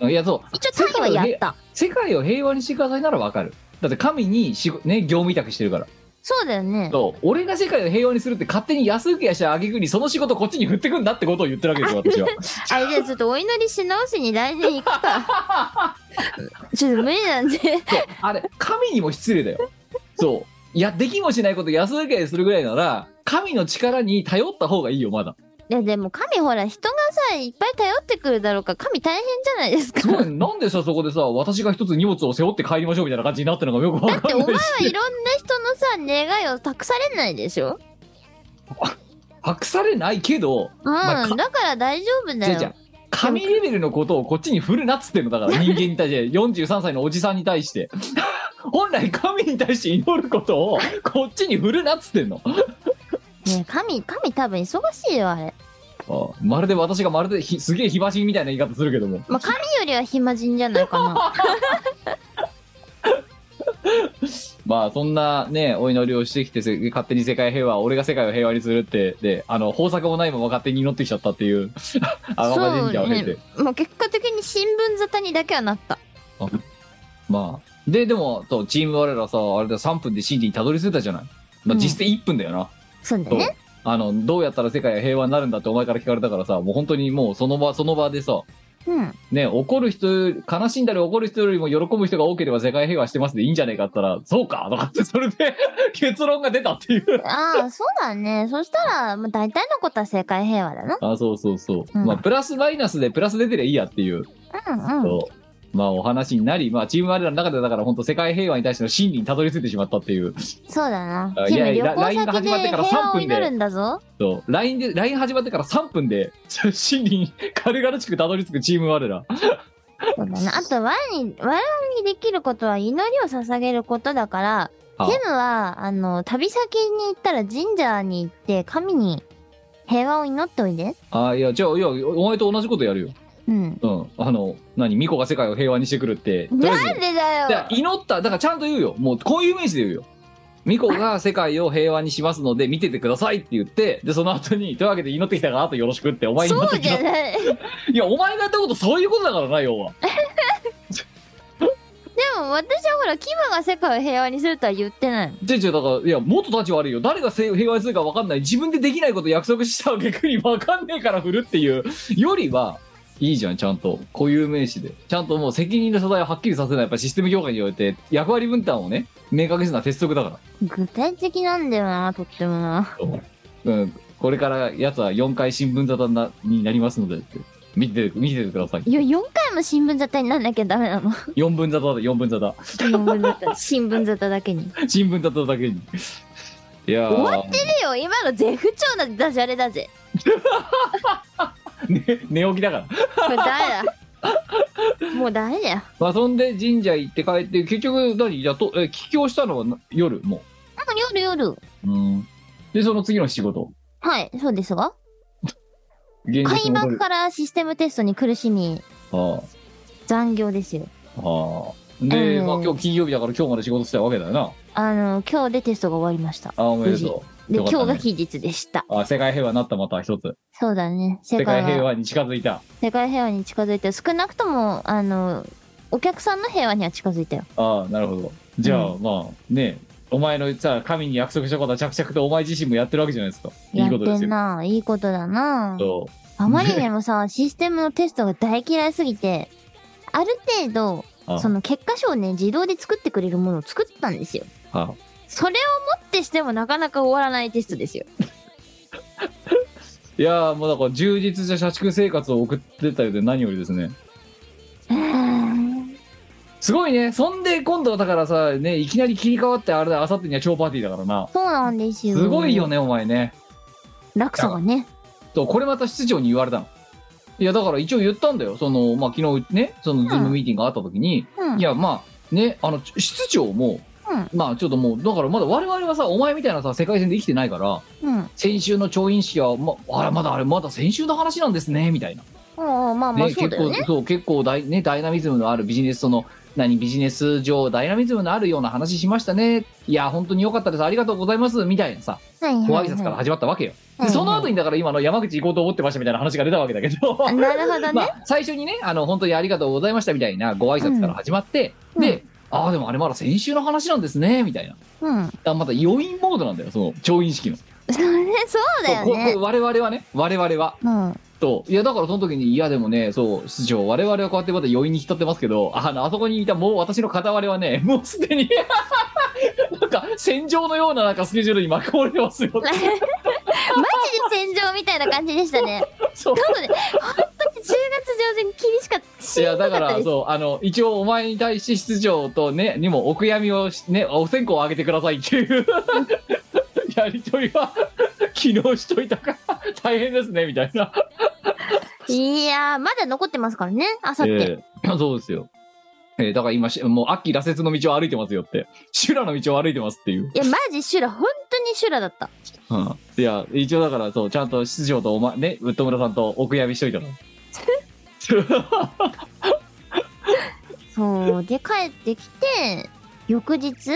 うんいやそう一応単位はやった世界を平和にしてくださいならわかるだって神にしごね業務委託してるからそうだよねそう俺が世界を平和にするって勝手に安請け合いしてあげくにその仕事こっちに振ってくんだってことを言ってるわけです よ私はあれじゃあちょっとお祈りし直しに来年行くか ちょっと無理なんでそうあれ神にも失礼だよそういやできもしないこと安請け合いするぐらいなら神の力に頼った方がいいよ まだいやでも神ほら人がさいっぱい頼ってくるだろうから神大変じゃないですかだなんでさそこでさ私が一つ荷物を背負って帰りましょうみたいな感じになってるのがよくわってかおん前ないはい しろんな人のさ願いを託されないでしょ隠されないけどうん、まあかだから大丈夫じだゃよあじゃあ神レベルのことをこっちに振るなっつってんのだから人間に対して43歳のおじさんに対して 本来神に対して祈ることをこっちに振るなっつってんのねえ神神多分忙しいよあれ、ああまるで私がまるでひすげえ火ばしみたいな言い方するけどもまあ、神よりは暇人じゃないかなまあそんなねお祈りをしてきてせ勝手に世界平和俺が世界を平和にするってであの豊作もないまま勝手に祈ってきちゃったっていう あがま神社を経て、まあ結果的に新聞沙汰にだけはなったまあででもそうチーム我らさあれだ3分で真理にたどり着いたじゃない、まうあ、ん実質1分だよな、そうだそうねあのどうやったら世界が平和になるんだってお前から聞かれたからさもう本当にもうその場その場でさうんね怒る人悲しんだり怒る人よりも喜ぶ人が多ければ世界平和してますでいいんじゃねえかって言ったらそうかとかってそれで 結論が出たっていうああそうだね そしたら、まあ、大体のことは世界平和だなあそうそうそう、うんまあプラスマイナスでプラス出てりゃいいやっていう、うんうんそうまあお話になりまあチーム我らの中でだから本当世界平和に対しての真理にたどり着いてしまったっていうそうだなあい君やい旅や行 LINE が先始でまってから平3和を分で祈るんだぞそう LINE で LINE 始まってから3分で 真理に軽々しくたどり着くチーム我らそうだな。あと、我に、我々にできることは祈りを捧げることだから、あケムは、あの、旅先に行ったら神社に行って、神に平和を祈っておいで。あいやじゃあいやお前と同じことやるようん。うんあの何巫女が世界を平和にしてくるってとりあえずなんでだいやよ祈っただからちゃんと言うよもうこういうイメージで言うよ巫女が世界を平和にしますので見ててくださいって言ってでその後にというわけで祈ってきたからあとよろしくってお前に祈っそてうきじたゃない。 でいやお前がやったことそういうことだからな要はも私はほら、キムが世界を平和にするとは言ってない。ちょいちょいだからいやもっと立ち悪いよ誰がせ平和にするか分かんない自分でできないこと約束したわけに分かんねえから振るっていうよりはいいじゃんちゃんと固有名詞でちゃんともう責任の所在をはっきりさせないやっぱシステム業界において役割分担をね明確にするのは鉄則だから具体的なんだよな、とってもな。うん、これからやつは4回新聞沙汰なになりますのでって見てて見ててくださいいや、4回も新聞沙汰になんなきゃダメなの。 4分沙汰だ4分沙汰新聞沙汰、 新聞沙汰だけに。新聞沙汰だけにいやー終わでよ、今の絶不調なダジャレだぜ。ね寝起きだからこれダメ だ。もうダメだよ。まあそんで神社行って帰って結局何じゃあとえ帰郷したのはな夜も夜夜。ううんでその次の仕事はい、そうですが。現開実戻幕るからシステムテストに苦しみ、あ残業ですよ。あああで、うんまあ、今日金曜日だから今日まで仕事したわけだよなあの、今日でテストが終わりました。ああおめでとうで、よかった今日ねが期日でした。ああ世界平和になったまた一つそうだね。世世界界平平和。和に近づいた世界平和に近づいて、少なくとも、あの、お客さんの平和には近づいたよ。ああなるほどじゃあ、うまあねお前のさ神に約束したことは着々とお前自身もやってるわけじゃないですかいいことやでっすてんよな。いいことだな。そあまりにもさ、システムのテストが大嫌いすぎて、ある程度、うあその結果書をね、自動で作ってくれるものを作ったんですよ。あそれをもってしてもなかなか終わらないテス トですよ。いやーもうだから充実した社畜生活を送ってたようで何よりですねすごいねそんで今度だからさねいきなり切り替わってあれだあさってには超パーティーだからなそうなんですよ。すごいよ。ねお前ね落差がね。そうとこれまた室長に言われたのいやだから一応言ったんだよその、まあ、昨日ねそのズームミーティングがあった時に、うんいやまあねあのち室長も、うんまあちょっともうだからまだ我々はさお前みたいなさ世界線で生きてないからうん先週の調印式は、まあれまだあれまだ先週の話なんですねみたいな、ああまあまあねそう結だよ構ねそう結構ダイ,、ね、ダイナミズムのあるビジネスその何ビジネス上ダイナミズムのあるような話しましたねいや本当に良かったですありがとうございますみたいなさはいはいごは挨い拶から始まったわけよ、はいはいでその後にだから今の山口行こうと思ってましたみたいな話が出たわけだけどあなるほど ね、まあ、最初にねあの本当にありがとうございましたみたいなご挨拶から始まって、うんで、ああでもあれまだ先週の話なんですねみたいなうんあまた余韻モードなんだよその調印式の、それそうだよここねこ我々はね我々はうん といやだからその時にいやでもねそう室長我々はこうやってまだ余韻に浸ってますけどあのあそこにいたもう私の片割れはね もうすでになんか戦場のようななんかスケジュールに巻き込まれてますよ マジで戦場みたいな感じでしたね。そうなので、本当に10月上旬厳しかった。しいんやどだかっかたらです。そうあの一応お前に対して出場とねにもお悔やみをしねお線香をあげてくださいっていう やりとりは昨日しといたから大変ですねみたいな、いやー、まだ残ってますからね、あさって。ええ そうですよ、ええだから今しもう秋羅刹の道を歩いてますよって修羅の道を歩いてますっていう、いや、マジ修羅、本当に修羅だった。うん、いや一応だからそうちゃんと出場とお前ねウッド村さんとお悔やみしとい たのそう。で、帰ってきて、翌日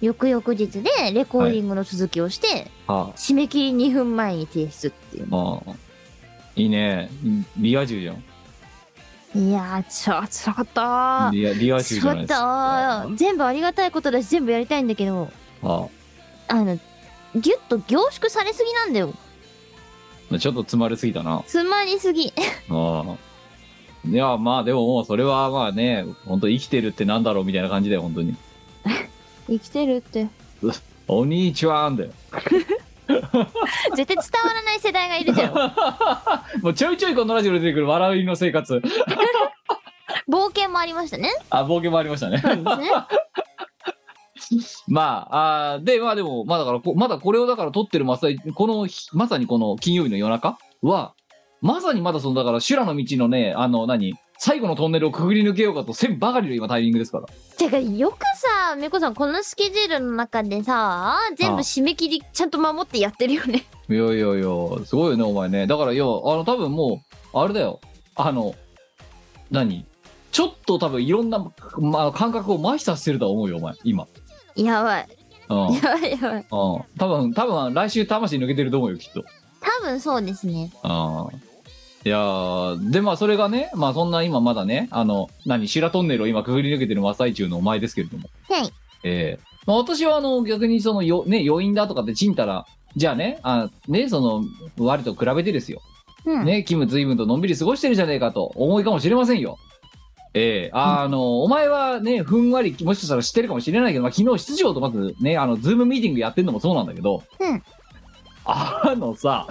翌々日でレコーディングの続きをして、あ締め切り2分前に提出っていう。あいいねリア充じゃんいやー、ちょ、つらかったー。リアリア充ちじょゃないっですかと、全部ありがたいことだし、全部やりたいんだけど、ああの、ギュッと凝縮されすぎなんだよ。あちょっと詰まりすぎたな詰まりすぎ。ああいやまあでももうそれはまあね本当生きてるってなんだろうみたいな感じだよ本当に 生きてるって。 「お兄ちゃん」だよ絶対伝わらない世代がいる じゃん。 もうちょいちょいこのラジオで出てくる笑いの生活冒険もありましたね。あ冒険もありましたねそうです ね。まああーでまあでもまあだからこまだこれをだから撮ってるまさにこの日まさにこの金曜日の夜中はまさにまだそのだから修羅の道のねあの何最後のトンネルをくぐり抜けようかとせんばかりの今タイミングですからてか、よくさ、みこさん、このスケジュールの中でさ、全あ部締め切りちゃんと守ってやってるよね。いやいやいや、すごいよね、お前ね。だから、いや、あの、多分もう、あれだよ。あの、何ちょっと多分いろんな、まあ、感覚を麻痺させてるとは思うよ、お前、今。やばい。うん。うん。やばいやばい。多分、多分、来週魂抜けてると思うよ、きっと。多分そうですね。うん。いやーで、まあ、それがね、まあ、そんな今まだね、あの、何、修羅トンネルを今くぐり抜けてる真っ最中のお前ですけれども。はい。ええまあ、私はあの逆にそのよ、ね、余韻だとかってちんたらじゃあねあねその我と比べてですよ、うんねキム随分とのんびり過ごしてるじゃねえかと思いかもしれませんよええあの、お前はねふんわりもしかしたら知ってるかもしれないけど、まあ、昨日出場とまずねあのズームミーティングやってるのもそうなんだけど、うんあのさ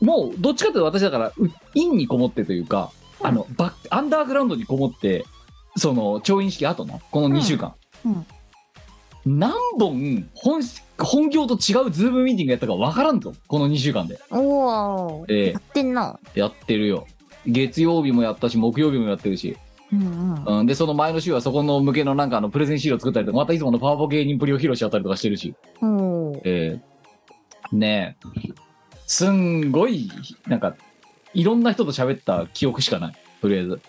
もうどっちかというと私だからう陰にこもってというかあのバックアンダーグラウンドにこもってその調印式後のこの2週間、何本本本業と違うズームミーティングやったかわからんとこの2週間で、おー、えやってんな。えやってるよ月曜日もやったし木曜日もやってるし、うんうん。うん、でその前の週はそこの向けのなんかあのプレゼン資料作ったりとかまたいつものパワポ芸人プリを披露しちゃったりとかしてるし、おー。ええねえすんごいなんかいろんな人と喋った記憶しかないとりあえず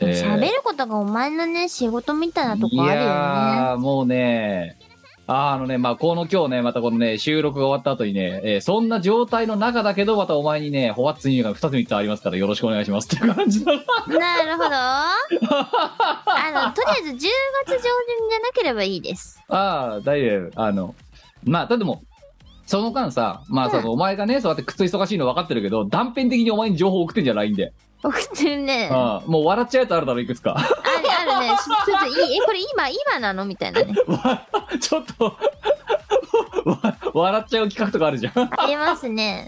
ええ喋ることがお前のね、仕事みたいなとこあるいよね。やーもうねあーあのねまあこの今日ねまたこのね収録が終わった後にね、えーそんな状態の中だけどまたお前にねホワッツニューが2つ3つありますからよろしくお願いしますっていう感じ だな るほど。あの、とりあえず10月上旬じゃなければいいです。ああ大丈夫あのまあだってもその間さまあそのお前がねそうやって靴忙しいの分かってるけど断片的にお前に情報送ってんじゃないんで、送ってるね。あああもう笑っちゃうやつあるだろいくつか るあるね。ちょちょっといい、え、これ今、今なのみたいなね。ちょっとわ笑っちゃう企画とかあるじゃん ありますね。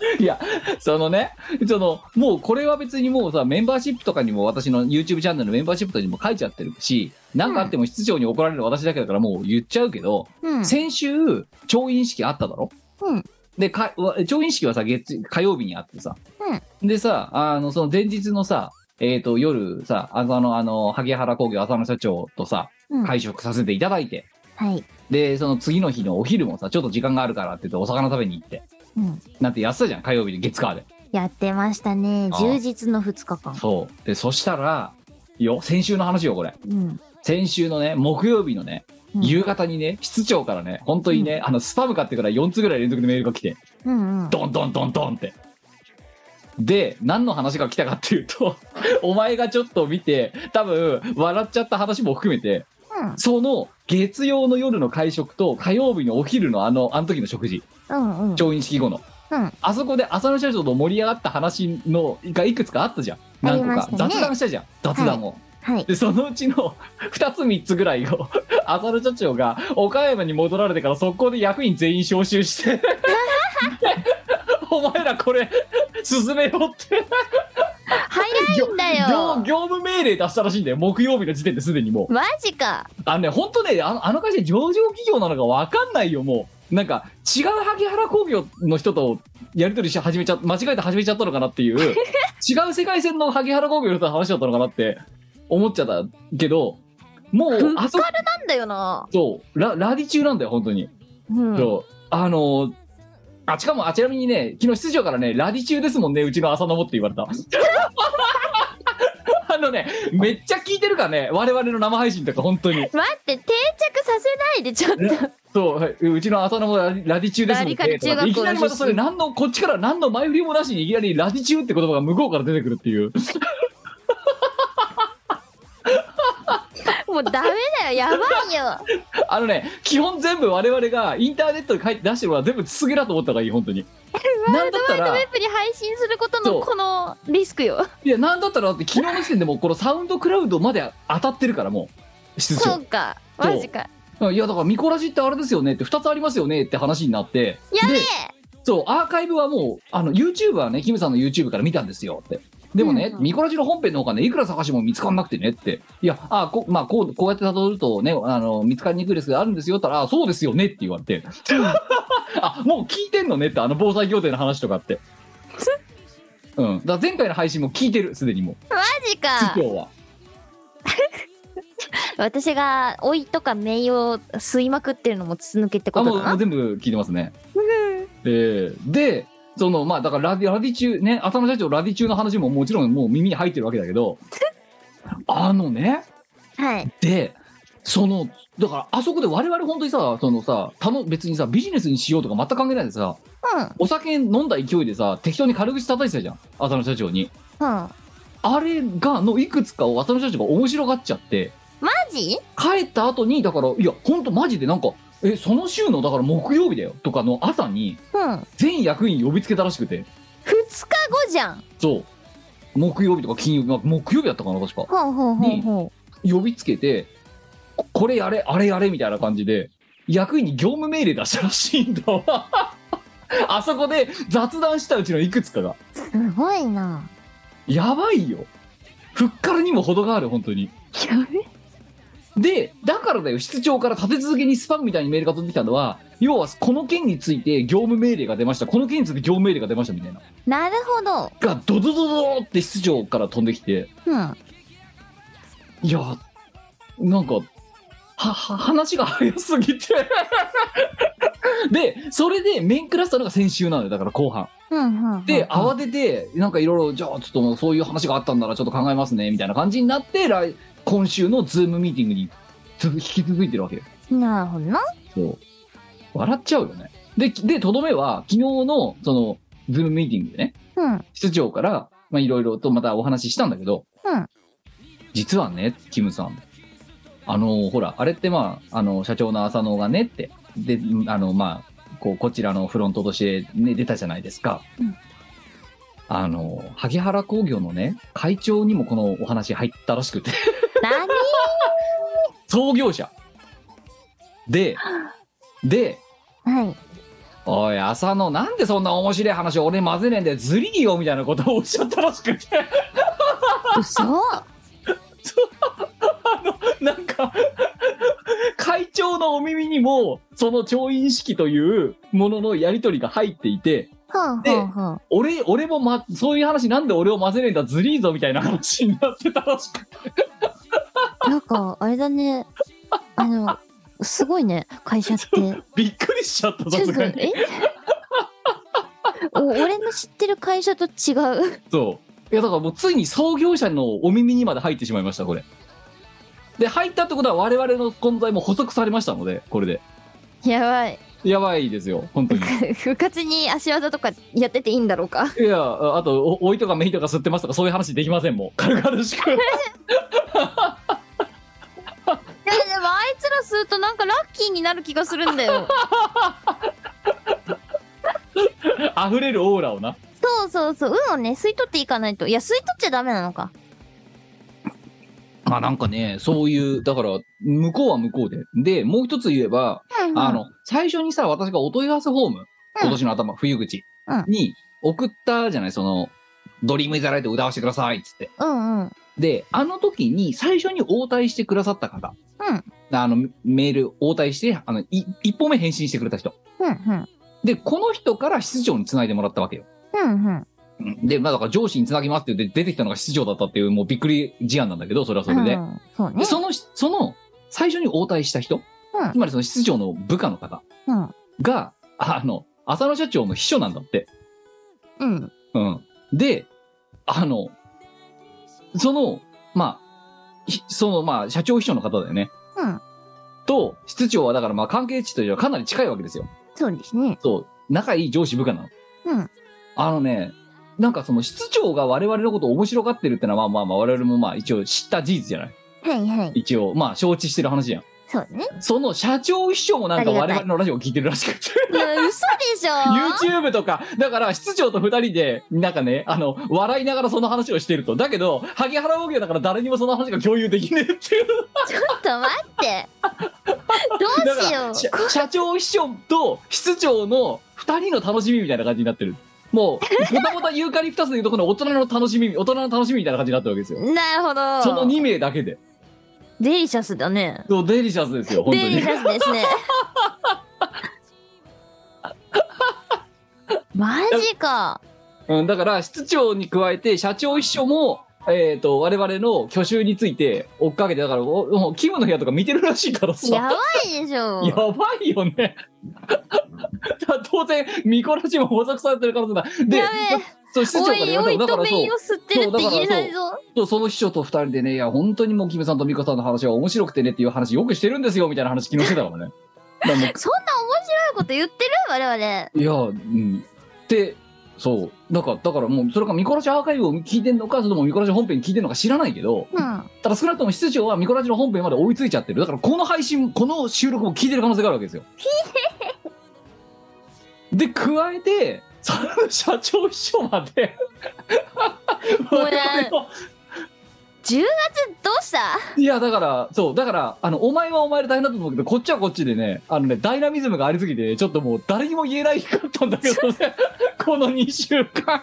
そのね、その、もうこれは別にもうさ、メンバーシップとかにも私の YouTube チャンネルのメンバーシップとかにも書いちゃってるし、なんかあっても室長に怒られる私だけだからもう言っちゃうけど、うん。先週、調印式あっただろうんでかうわ調印式はさ月火曜日にあってさ、でさあのその前日のさえー、と夜さあのあのあの萩原工業浅野社長とさうん会食させていただいて、はい。でその次の日のお昼もさちょっと時間があるからって言ってお魚食べに行ってうん。なんてやってたじゃん火曜日で月火でやってましたね。ああ充実の2日間。そうでそしたらよ先週の話よこれうん。先週のね木曜日のねうん夕方にね室長からね本当にね、あのスパム買ってから4つぐらい連続でメールが来てうんうん。ドンドンドンドンってで何の話が来たかっていうと お前がちょっと見て多分笑っちゃった話も含めてその月曜の夜の会食と火曜日のお昼のあのあの時の食事うんうん。調印式後のうん。あそこで浅野社長と盛り上がった話のがいくつかあったじゃん何個ありまか、したね雑談したじゃん雑談も、はい。でそのうちの 2つ3つぐらいを 浅野社長が岡山に戻られてから速攻で役員全員招集して でお前らこれ進めろって早いんだ業よ。業務命令出したらしいんだよ木曜日の時点ですでにもうマジか。あのね本当ねあのあの会社上場企業なのか分かんないよもうなんか違う萩原工業の人とやり取りし始めちゃ間違えて始めちゃったのかなって いう違う世界線の萩原工業の人と話しちゃったのかなって思っちゃったけどもうあそこなんだよな。そうララディ中なんだよ本当に、うん。そうあのーあしかもあちなみにね昨日出場からねラディ中ですもんねうちの浅野もって言われ たあのねめっちゃ聞いてるからね我々の生配信とか本当に待って、定着させないで、ちょっと。そうはいうちの浅野もラディラディ中ですもんねラディカル中学校のいきなりまたそれ出身何のこっちから何の前振りもなしにいきなりラディ中って言葉が向こうから出てくるって いうもうダメだよ。やばいよ。あのね、基本全部我々がインターネットで書いて出してるのは全部すげだと思った方がいい、本当に。なんだったウら、いェブに配信することそのうこのリスクよ。や、なんだったらだって昨日の時点でもうこのサウンドクラウドまで当たってるから、もう、室そうか。マジか。長。いや、だからミコラジってあれですよねって、2つありますよねって話になって、やべえで、そう、アーカイブはもう、あの、YouTube はね、キムさんの YouTube から見たんですよって。でもね、うんうんミコラジの本編のほかね、いくら探しても見つかんなくてねって。いや、あこまあ、こう、こうやって辿るとね、あの、見つかりにくいですけど、あるんですよって言ったら、あそうですよねって言われ て。あ、もう聞いてんのねって、あの防災協定の話とかって。うん。だから前回の配信も聞いてる、すでにもう。マジ今か日。は。私が老いとか名誉を吸いまくってるのも筒抜けってこあもとうもかうな全部聞いてますね。えーで、そのまあだからラディラディ中ね、浅野社長ラディ中の話ももちろんもう耳に入ってるわけだけ ど、あのね、はいで、そのだからあそこで我々本当にさ、そのさ、たの別にさビジネスにしようとか全く関係ないでさ、お酒飲んだ勢いでさ適当に軽口叩いてたじゃん、浅野社長に。うんうんマあれがのいくつかを浅野社長が面白がっちゃって。ジ帰った後にだからいやほんとマジでなんかえその週のだから木曜日だよとかの朝にうん2全役員呼びつけたらしくて日後じゃんそう木曜日とか金曜日、まあ木曜日だったかな確かほうほうほうほ呼びつけてここれやれあれやれみたいな感じで役員に業務命令出したらしいんだわ あそこで雑談したうちのいくつかがうすごいなやばいよふっからにも程がある本当にやべで、だからだよ、室長から立て続けにスパムみたいにメールが飛んできたのは、要はこの件について業務命令が出ました、この件について業務命令が出ましたみたいな。なるほどが、ドドドドーって室長から飛んできて、うんいや、なんか、は、は、話が早すぎて。 で、それで面食らったのが先週なのよ、だから後半。うんうんで、あ慌てて、なんかいろいろ、じゃあちょっともうそういう話があったんならちょっと考えますね、みたいな感じになって、来、今週のズームミーティングにつ引き続いてるわけよ。なるほどなそう。笑っちゃうよね。で、で、とどめは、昨日の、その、ズームミーティングでね、うん室長から、まあ、いろいろとまたお話ししたんだけど、うん実はね、キムさん、あの、ほら、あれってまあ、あの、社長の浅野がねって、で、あの、まあ、こう、こちらのフロントとして、ね、出たじゃないですか。うんあの、萩原工業のね、会長にもこのお話入ったらしくて、 何創業者。で、で、はいおい、浅野、なんでそんな面白い話俺混ぜねえんだよ、ずりーよみたいなことをおっしゃったらしくて、嘘なんか、帰会長のお耳にも、その調印式というもののやり取りが入っていて、はあ、はあ、はあ。俺、俺も、ま、そういう話なんで俺を混ぜねえんだ、ずりーぞみたいな話になってたらしくてなんか、あれだね。あの、すごいね、会社って。びっくりしちゃった、ちょさっすとがに。えお俺の知ってる会社と違う。 そう。いや、だからもうついに創業者のお耳にまで入ってしまいました、これ。で、入ったってことは我々の存在も補足されましたので、これで。やばい。やばいですよ、本当に。 部活に足技とかやってていいんだろうか。いや、ああと、お老いとかめいとか吸ってますとか、そういう話できませんもん。軽々しく。 いや、でもあいつらするとなんかラッキーになる気がするんだよ。溢れるオーラをな。 そうそうそう。運をね、吸い取っていかないと。いや、吸い取っちゃダメなのか。まあなんかね、そういう、だから、向こうは向こうで。で、もう一つ言えば、あの、最初にさ、私がお問い合わせフォーム、今年の頭、冬口うんに送ったじゃない、その、ドリームイザライト歌わせてくださいっつって。うんうん。で、あの時に最初に応対してくださった方。あの、メール応対して、あの、い一歩目返信してくれた人。うんうん。で、この人から室長につないでもらったわけよ。うんうん。うんで、まあだから上司につなぎますって言って出てきたのが室長だったっていう、もうびっくり事案なんだけど、それはそれで。うんそうねで、。その、その、最初に応対した人、うんつまりその室長の部下の方うん。が、あの、浅野社長の秘書なんだって。うん。うん。で、あの、その、まあ、ひその、まあ、社長秘書の方だよね。うん。と、室長はだからまあ関係値というのはかなり近いわけですよ。そうですね。そう、仲いい上司部下なの。うん。あのね、なんかその室長が我々のことを面白がってるってのはまあまあまあ我々もまあ一応知った事実じゃないはいはい。一応、まあ承知してる話じゃん。そう ね。その社長秘書もなんかありが我たい々のラジオを聞いてるらしくて。いや嘘でしょ YouTube とか、だから、室長と二人で、なんかね、あの、笑いながらその話をしてると。だけど、萩原農業だから誰にもその話が共有できねえっていう。ちょっと待 って。どだうかしよら、う。社社長秘書と室長の二人の楽しみみたいな感じになってる。も う、もともとユーカリプタスでいうとこの大人の楽しみ、大人の楽しみみたいな感じになってるわけですよ。なるほど。その2名だけで。デリシャスだね。そうデリシャスですよ、本当デリにシ。ャスです ね。マジか。うん、だから、室長に加えて、社長秘書も、えっ、と、我々の去就について追っかけて、だから、おもうキムの部屋とか見てるらしいからさ。やばいでしょ。やばいよね。当然、ミコラジも補足されてるからだ。でや、べえ。そう、室長おからい言わおれいたのだとからメインをそ吸ってるって言えないぞ。う、その秘書と二人でね、いや、本当にもうキムさんとミコさんの話は面白くてねっていう話よくしてるんですよ、みたいな話昨日してたからね。だからもうそんな面白いこと言ってる我いや、うん。で、そう。だから、だからもう、それかミコラジアーカイブを聞いてんのか、それともミコラジ本編聞いてんのか知らないけど、々。ただ少なくとも室長はミコラジの本編まで追いついちゃってる。だからこの配信、この収録も聞いてる可能性があるわけですよ。で、加えて、その社長秘書まで、も我々うねのうん。どうした いや、だから、そう、だから、あの、お前はお前で大変だと思うけど、こっちはこっちでね、あのね、ダイナミズムがありすぎて、ちょっともう誰にも言えないかったんだけどね、この2週間。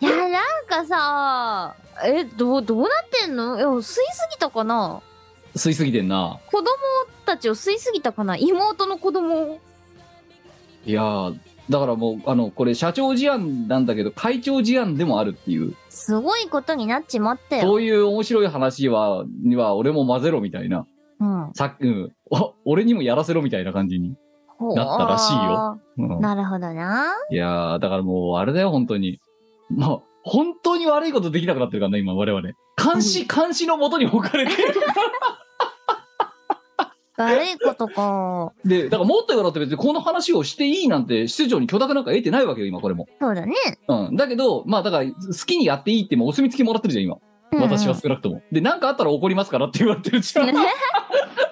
いや、なんかさ、え、どう、どうなってんのいや、吸いすぎたかな吸いすぎてんな。子供たちを吸いすぎたかな妹の子供を。いやー、だからもう、あの、これ社長事案なんだけど、会長事案でもあるっていう。すごいことになっちまったよ。そういう面白い話は、には俺も混ぜろみたいな。うん。さっき、うんお俺にもやらせろみたいな感じに。なったらしいようんなるほどな。いやー、だからもうあれだよ、本当に。まあ、本当に悪いことできなくなってるからね、今我々。監視、監視のもとに置かれて る。悪いことか。で、だからもっと言うからって別にこの話をしていいなんて、室長に許諾なんか得てないわけよ、今これも。そうだね。うん。だけど、まあだから、好きにやっていいってもうお墨付きもらってるじゃん、今。うん私は。少なくとも。で、なんかあったら怒りますからって言われてるじゃん。 だ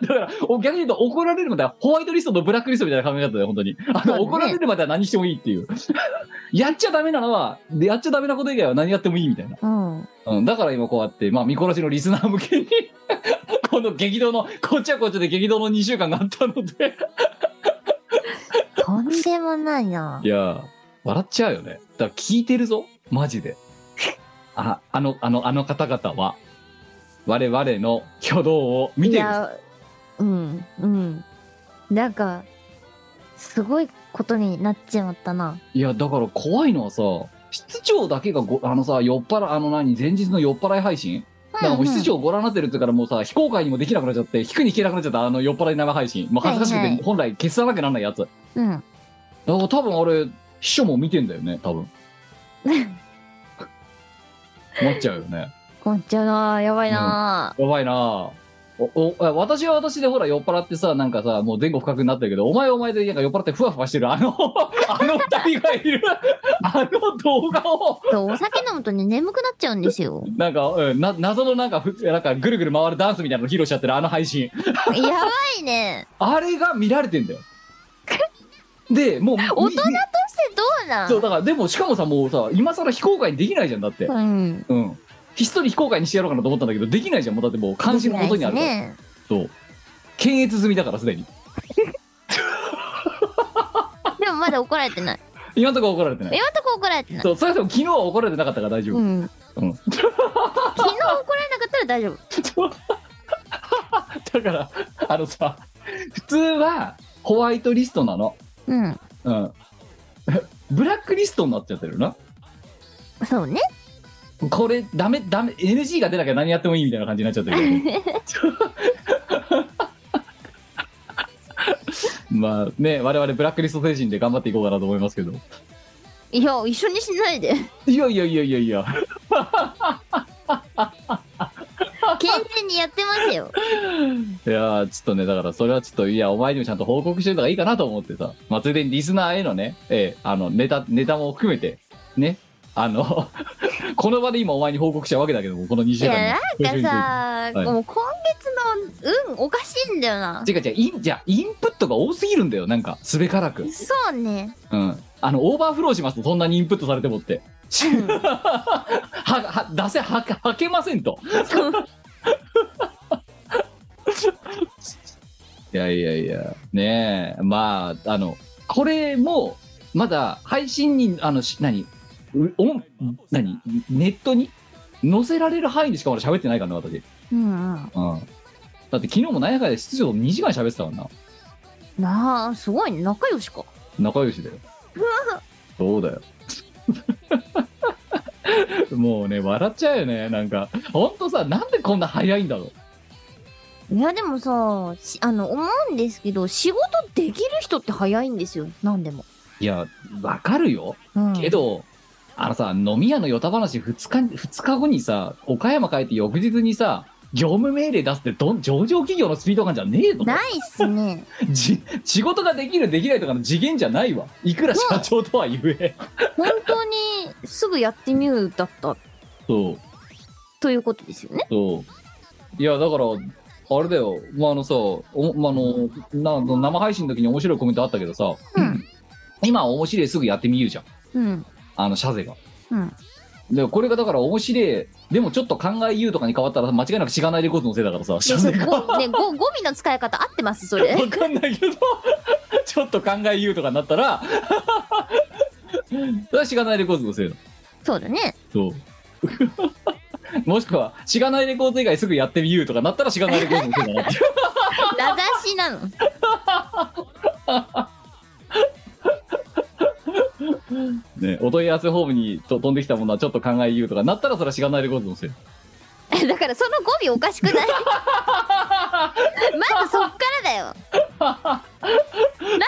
から、お逆に言うと怒られるまではホワイトリストとブラックリストみたいな考え方だよ、本当に。あそうだの、ね怒られるまでは何してもいいっていう。 やっちゃダメなのは、でやっちゃダメなこと以外は何やってもいいみたいな。うん。うん、だから今こうやって、まあ、見殺しのリスナー向けに、 この激動の、こっちはこっちで激動の2週間があったので、。とんでもないないやー、笑っちゃうよね。だから聞いてるぞ、マジで。あ、あの、あの、あの方々は。我々の挙動を見いてるんですやうんうんなんかすごいことになっちまったないやだから怖いのはさ室長だけがごあのさ酔っ払いあの何前日の酔っ払い配信だからもう室長ご覧になってるってからもうさ非公開にもできなくなっちゃって引くに引けなくなっちゃったあの酔っ払い生配信もう恥ずかしくはいはて本来消さなきゃなんないやつだかうんら多分あれ秘書も見てんだよね多 分思っちゃうよねこっちゃなやばいな、やばいなあおお私は私でほら酔っ払ってさなんかさもう全国不覚になってるけどお前はお前でなんか酔っ払ってふわふわしてるあのあの二人がいるあの動画をそうお酒飲むとね眠くなっちゃうんです よなんか、うん、な謎のなんかふなんかぐるぐる回るダンスみたいなの披露しちゃってるあの配信やばいねあれが見られてん だよでもう大み人としてどうなんそうだからでもしかもさもうさ今更非公開にできないじゃんだってうんうんひっそり非公開にしてやろうかなと思ったんだけどできないじゃんもうだってもう監視のことにあるから、ねそう検閲済みだからすでにでもまだ怒られてない今のところ怒られてない今んとこ怒られてないそう、それでも昨日は怒られてなかったから大丈夫。うん、うん昨日怒られなかったら大丈夫だから、あのさ、普通はホワイトリストなの。うんうん。 ブラックリストになっちゃってるな。そうねこれ、ダメ、ダメ、NG が出なきゃ何やってもいいみたいな感じになっちゃってるけ ど。まあね、我々ブラックリスト精神で頑張っていこうかなと思いますけど。いや一緒にしな いでいやいやいやいやいや。健全にやってますよいやーちょっとね、だからそれはちょっと、いや、お前にもちゃんと報告してた方がいいかなと思ってさ、まあ、ついでにリスナーへのね、ええあの、ネタ、ネタも含めて、ね、あの、 この場で今お前に報告したわけだけども、この2い週間やなんかさ、はいもう今月の運おかしいんだよな違う違う、イン、じゃあインプットが多すぎるんだよ、なんか、すべからく。そうねうん。あの、オーバーフローしますと、そんなにインプットされてもって。 は、は、出せ、は、はけませんと。いやいやいや、ねえ、まあ、あの、これも、まだ配信に、あの、し何、うオン、何、ネットに載せられる範囲でしかまだ喋ってないからね、私。うん。うんうんだって昨日も何やかんやで出場2時間喋ってたもんな。なあすごいね仲良しか仲良しだよ。そうだよ。 もうね、笑っちゃうよね、なんか。ほんとさ、なんでこんな早いんだろう。いやでもさしあの思うんですけど仕事できる人って早いんですよ何でも、いや、わかるよ。うん、けど、あのさ、飲み屋のヨタ話2日に、2日後にさ、岡山帰って翌日にさ、業務命令出すってどん上場企業のスピード感じゃねえぞないっす ねじ仕事ができるできないとかの次元じゃないわいくら社長とは言え本当にすぐやってみるだったそうということですよねそういやだからあれだよ、まあ、あのさお、まあ、あのな生配信の時に面白いコメントあったけどさ、うん今面白いすぐやってみるじゃんうんあのシャゼが。うんでこれがだから面白いでもちょっと考え言うとかに変わったら間違いなくしがないレコードのせいだからさいシャやそゼれがごねごゴミの使い方合ってます それわかんないけどちょっと考え言うとかになったらそれはしがないレコードのせいだそうだねそう もしくはしがないレコード以外すぐやってみ言うとかなったらしがないレコードのせいだなって名指しなの ねお問い合わせフォームにと飛んできたものはちょっと考え言うとかなったらそれはしがないレコードのせ いだえだからその語尾おかしくないまずそっからだよ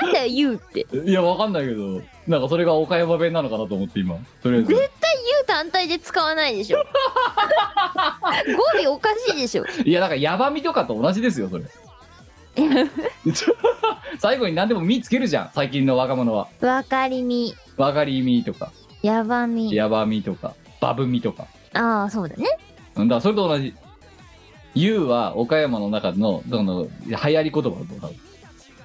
なんだよ言うっていやわかんないけどなんかそれが岡山弁なのかなと思って今とりあえず絶対言う単体で使わないでしょ語尾おかしいでしょ いやだからヤバみとかと同じですよそれ最後に何でも「み」つけるじゃん最近の若者はわかりみ「わかりみ」とかやば「みヤバみ」とか「バブみ」とかああそうだねうんだからそれと同じ「ゆう」は岡山の中のその流行り言葉だと思う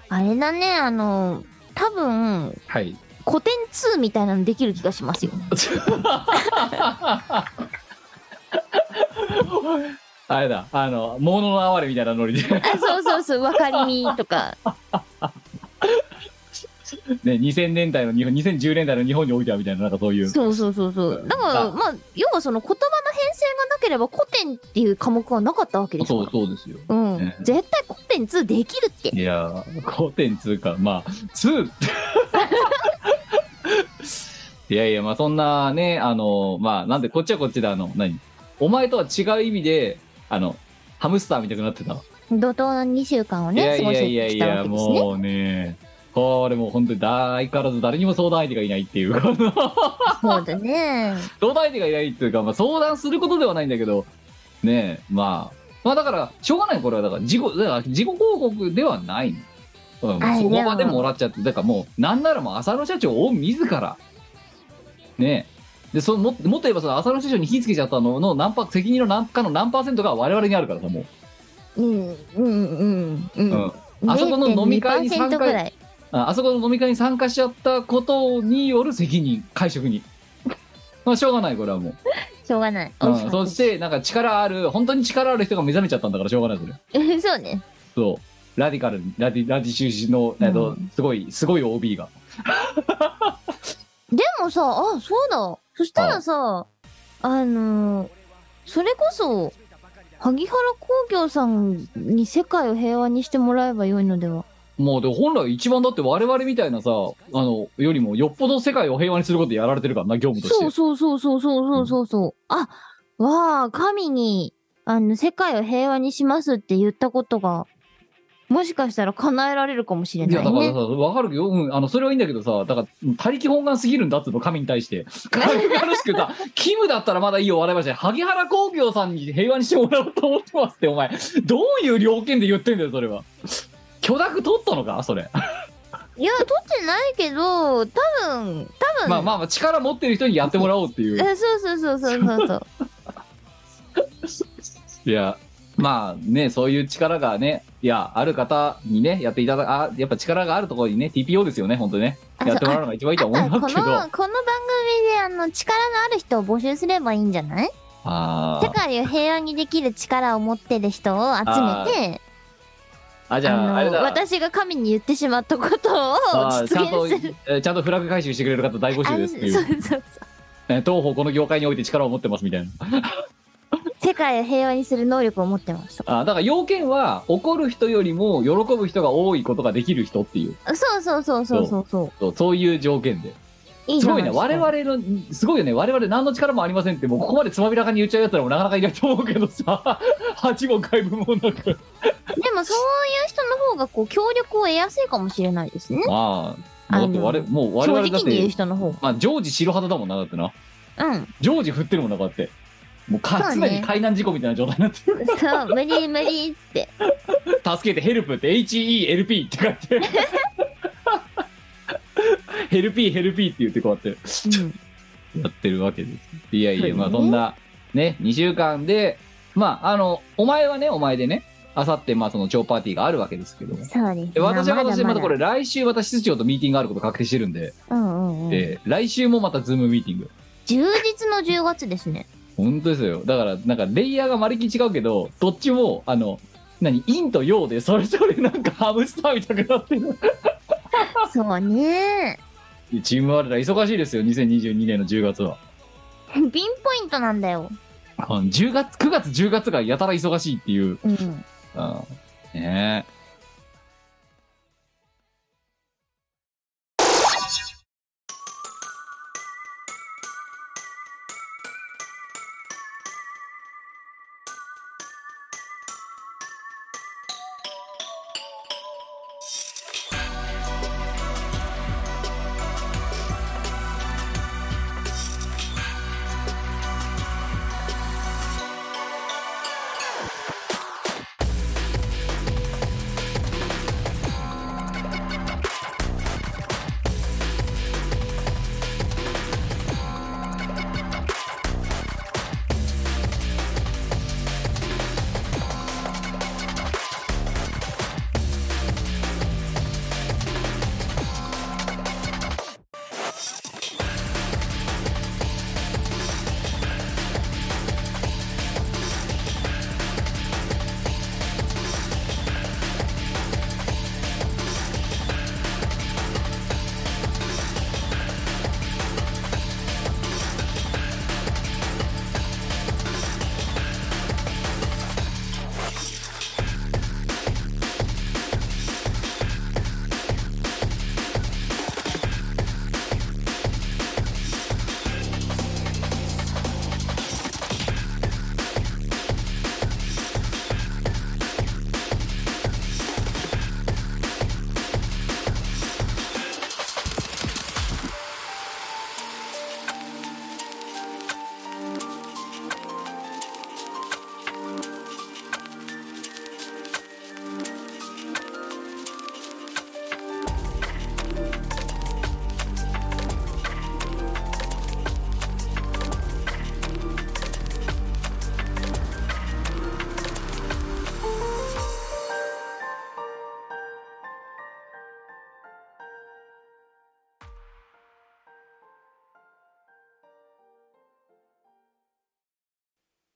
あれだねあの多分はい古典2みたいなのできる気がしますよあれだあの「もののあわ れ」みたいなノリであそうそうそうわかりみとかね、2000年代の日本2010年代の日本においてはみたいななんかそういうそうそうそうそう。だから、あまあ、要はその言葉の変遷がなければ古典っていう科目はなかったわけですかそらう。そうですようんね。絶対古典2できるって。いやー5点通かまあ2 いやいやまあそんなねあのまあなんでこっちはこっちであの何お前とは違う意味であのハムスターみたいになってたわ怒涛の2週間をいやね、過いごしやていやいきたわや、けですね。もうね、これもう本当に相変わらず誰にも相談相手がいないっていう、このそうだね。相談相手がいないっていうか、まあ、相談することではないんだけど、ねえ、まあ、まあだから、しょうがない、これはだから、自己、だから自己広告ではないの。うん、あそのでも場でもらっちゃって、だからもう、なんならもう浅野社長を自ら、ねえ、でそのももっと言えばその浅野社長に火つけちゃったのの何パ責任の何かの何パーセントが我々にあるからさもうん、うん、うん、うう、うんん。あそこの飲み会に参加0.2%ぐらい。ああそこの飲み会に参加しちゃったことによる責任会食にまあしょうがないこれはもう、しょうがない。うんそしてなんか力ある本当に力ある人が目覚めちゃったんだからしょうがないそれて。 そうね。そうラディカルにラディラディシュ氏の、えっうとんすごいすごい OB がでもさ、あ、そうだ。そしたらさ、あのーそれこそ、萩原工業さんに世界を平和にしてもらえばよいのでは。もうで本来一番だって我々みたいなさあのよりもよっぽど世界を平和にすることやられてるからな業務としてそうそうそうそうそうそうそう。うあ、わあ、神に、あの、世界を平和にしますって言ったことが、もしかしたら叶えられるかもしれいやだないからね。さ分かるけど、うん、あのそれはいいんだけどさだから他力本願すぎるんだっつうの 神に対して軽々しくさ「キムだったらまだいいよ笑いました萩原工業さんに平和にしてもらおうと思ってます」ってお前どういう条件で言ってんだよそれは許諾取ったのかそれいや、取ってないけど、多分、多分、まあまあまあ力持ってる人にやってもらおうっていうえそうそうそうそうそ うそう。いやまあねそういう力がねいやある方にねやっていただあやっぱ力があるところにね TPO ですよね本当ねあやってもらうのが一番いいとあ思いこのますけどあこの番組であの力のある人を募集すればいいんじゃないあー世界を平和にできる力を持ってる人を集めてあじあゃああれのだ私が神に言ってしまったことをあーち実ゃんと現する。えーちゃんとフラグ回収してくれる方大募あ集ですっていうそうそうそうえー東方この業界において力を持ってますみたいな世界を平和にする能力を持ってましたあーだから要件は怒る人よりも喜ぶ人が多いことができる人っていうそうそうそうそうそうそうそうそういう条件でいいすじゃごないでねすか我々のすごいよね我々何の力もありませんってもうここまでつまびらかに言っちゃうやつらもなかなかいないと思うけどさ8 も外部もな くでもそういう人の方がこう協力を得やすいかもしれないですねまあもうだって我々あのもう我正々だ直っに言うて、人の方がまあ、常時白旗だもんなだってなうん常時振ってるもんなだってもうかそう常ねに海難事故みたいな状態になってる そう無理無理っつって助けてヘルプって HELP って書いて ヘルピーヘルピーって言ってこうやってうんやってるわけですいやいそうやねまあそんなね2週間でまああのお前はねお前でねあさってまあその超パーティーがあるわけですけどもそうですで私は私でまだたこれ来週私室長とミーティングがあること確定してるんで、うんうんうんえー来週もまたズームミーティング充実の10月ですね本当ですよだからなんかレイヤーがまるきり違うけどどっちもあの何陰と陽でそれぞれなんかハムスターみたいになってるそうねチーム我ら忙しいですよ2022年の10月はピンポイントなんだよあの10月9月10月がやたら忙しいっていううんあーね「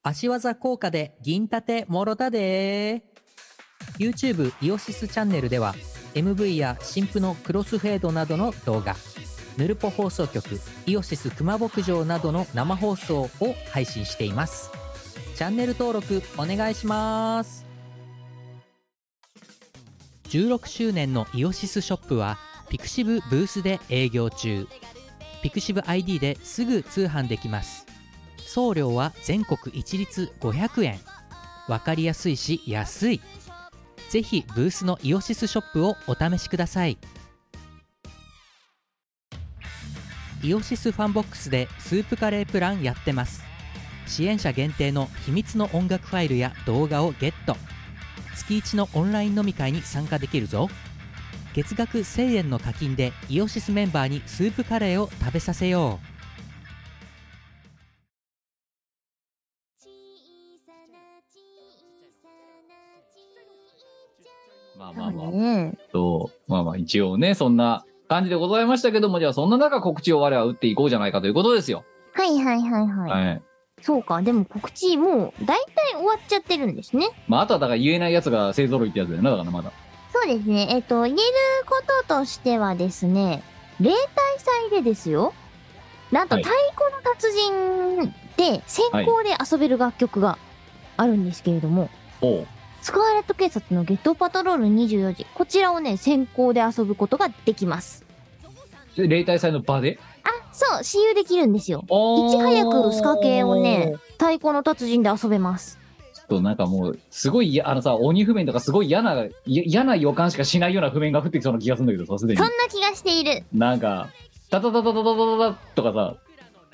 足技効果で銀盾もろたで YouTube イオシスチャンネルでは MV や新婦のクロスフェードなどの動画ヌルポ放送局イオシス熊牧場などの生放送を配信していますチャンネル登録お願いします16周年のイオシスショップはピクシブブースで営業中ピクシブ ID ですぐ通販できます送料は全国一律500円わかりやすいし安いぜひブースのイオシスショップをお試しくださいイオシスファンボックスでスープカレープランやってます支援者限定の秘密の音楽ファイルや動画をゲット月1のオンライン飲み会に参加できるぞ月額1000円の課金でイオシスメンバーにスープカレーを食べさせようまあま多あまあ分、ね。えっと、まあまあ一応ね、そんな感じでございましたけども、じゃあそんな中告知を我は打っていこうじゃないかということですよ。はいはいはいはい。はい。そうか、でも告知もう大体終わっちゃってるんですね。まああとはだから言えないやつが勢揃いってやつだよな、だからまだ。そうですね。えっ、と、言えることとしてはですね、例大祭でですよ。なんとはい太鼓の達人で先行で遊べる楽曲があるんですけれども、おう。スカーレット警察のゲットパトロール24時、こちらをね、先行で遊ぶことができます。で例大祭の場であ、そう、私有できるんですよ。いいち早くスカ系をね。太鼓の達人で遊べます。ちょっとなんかもう、すごい嫌、あのさ、鬼譜面とかすごい嫌な、い嫌な予感しかしないような譜面が降ってきそうな気がするんだけどさ、すでにそん。な気がしている。なんか、タタタタタタタタとかさ、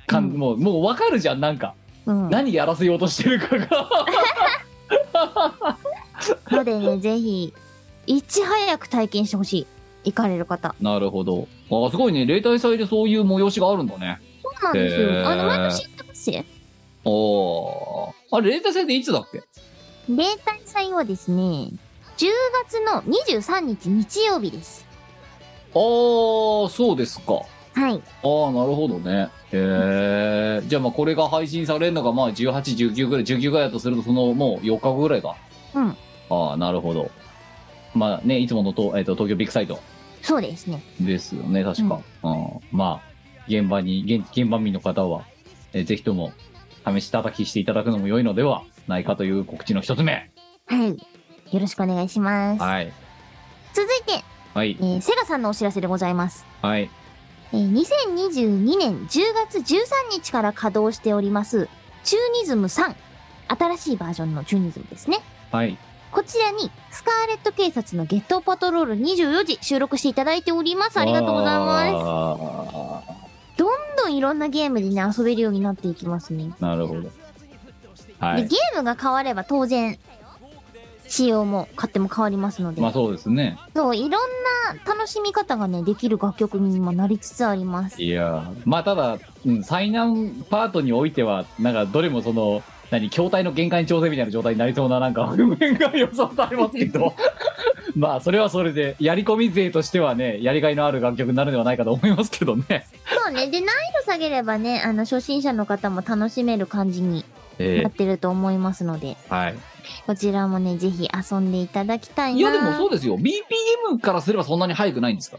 かんうんもう、もうわかるじゃん、なんか。うん。何やらせようとしてるかが。のでね、ぜひ、いち早く体験してほしい。行かれる方。なるほど。あ、すごいね、例大祭でそういう催しがあるんだね。そうなんですへーよ。あの、毎年行ってますよ。おー。あれ、例大祭っていつだっけ例大祭はですね、10月の23日日曜日です。あー、そうですか。はい。あー、なるほどね。へー。じゃあまあ、これが配信されるのが、まあ、18、19ぐらい、19ぐらいだとすると、その、もう4日後ぐらいだ。うん。ああ、なるほど。まあね、いつものと、えっと東京ビッグサイトそうですね。ですよね、確か。うん。まあ、現場に、現現場民の方は、えーぜひとも、試し叩きしていただくのも良いのではないかという告知の一つ目。はい。よろしくお願いします。はい。続いて、はいえ。ーセガさんのお知らせでございます。はい。えー2022年10月13日から稼働しております、チューニズム3。新しいバージョンのチューニズムですね。はい。こちらに、スカーレット警察のゲットパトロール24時収録していただいております。ありがとうございます。ます。どんどんいろんなゲームでね、遊べるようになっていきますね。なるほど。はでい。ゲームが変われば当然仕様も勝手も変わりますので、まあそうですね。そういろんな楽しみ方がねできる楽曲に今なりつつあ りますいやーまあただ、うん、災難パートにおいては、なんかどれもその、何、筐体の限界に調整みたいな状態になりそうな、なんか、譜面が予想されますけ ど、まあ、それはそれで、やり込み勢としてはね、やりがいのある楽曲になるのではないかと思いますけどね。そうねで難易度下げればねあの初心者の方も楽しめる感じにえなってると思いますので、はい。こちらもねぜひ遊んでいただきたいないや、でもそうですよ。BPM からすればそんなに速くないんですか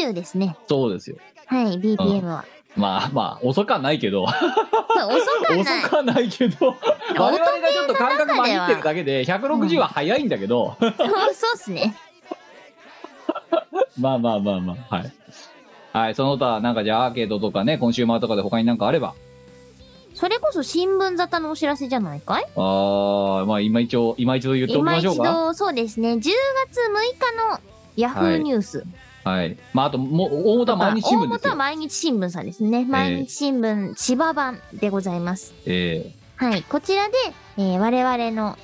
160ですねそうですよ。はい BPM は、まあまあ、遅かないけど、そう遅くは 遅ないかないけど、我々がちょっと感覚音程の中までひはってるだけで、160は速いんだけど、そう そうっすねまあまあまあまあ、はい。はい、その他、なんかじゃあアーケードとかね、コンシューマーとかで他になんかあれば、それこそ新聞沙汰のお知らせじゃないかいあー、まあ今一応、今一度言っておき今ま一しょうか。度そうですね10月6日のヤフーニュース、はい。まああと、もう、大元は毎日新聞大です元はよ。毎日新聞さんですね。毎日新聞千葉版でございます。ええはい。こちらで、えー我々の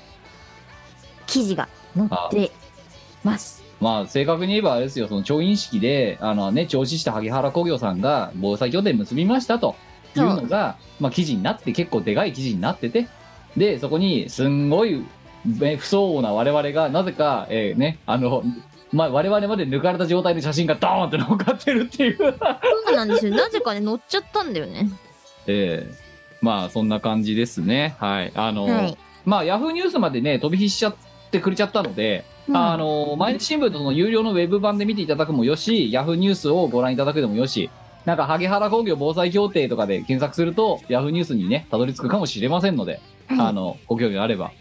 記事が載ってます。まあ正確に言えばあれですよ、その調印式で、あのね、調子した萩原工業さんが防災協定結びましたというのが、まあ記事になって、結構でかい記事になってて、で、そこに、すんごい、え不相応な我々が、なぜか、えーね、あの、まあ我々まで抜かれた状態の写真がドーンって 乗っかってるっていう。 そうなんですよ。なぜかね、載っちゃったんだよね。ええまあそんな感じですね。はい。あの、はいまあヤフーニュースまでね、飛び火しちゃってくれちゃったので、うんあの、毎日新聞のその有料のウェブ版で見ていただくもよし、ヤフーニュースをご覧いただくでもよし、なんか萩原工業防災協定とかで検索すると、ヤフーニュースにね、たどり着くかもしれませんので、はいあの、ご興味あれば、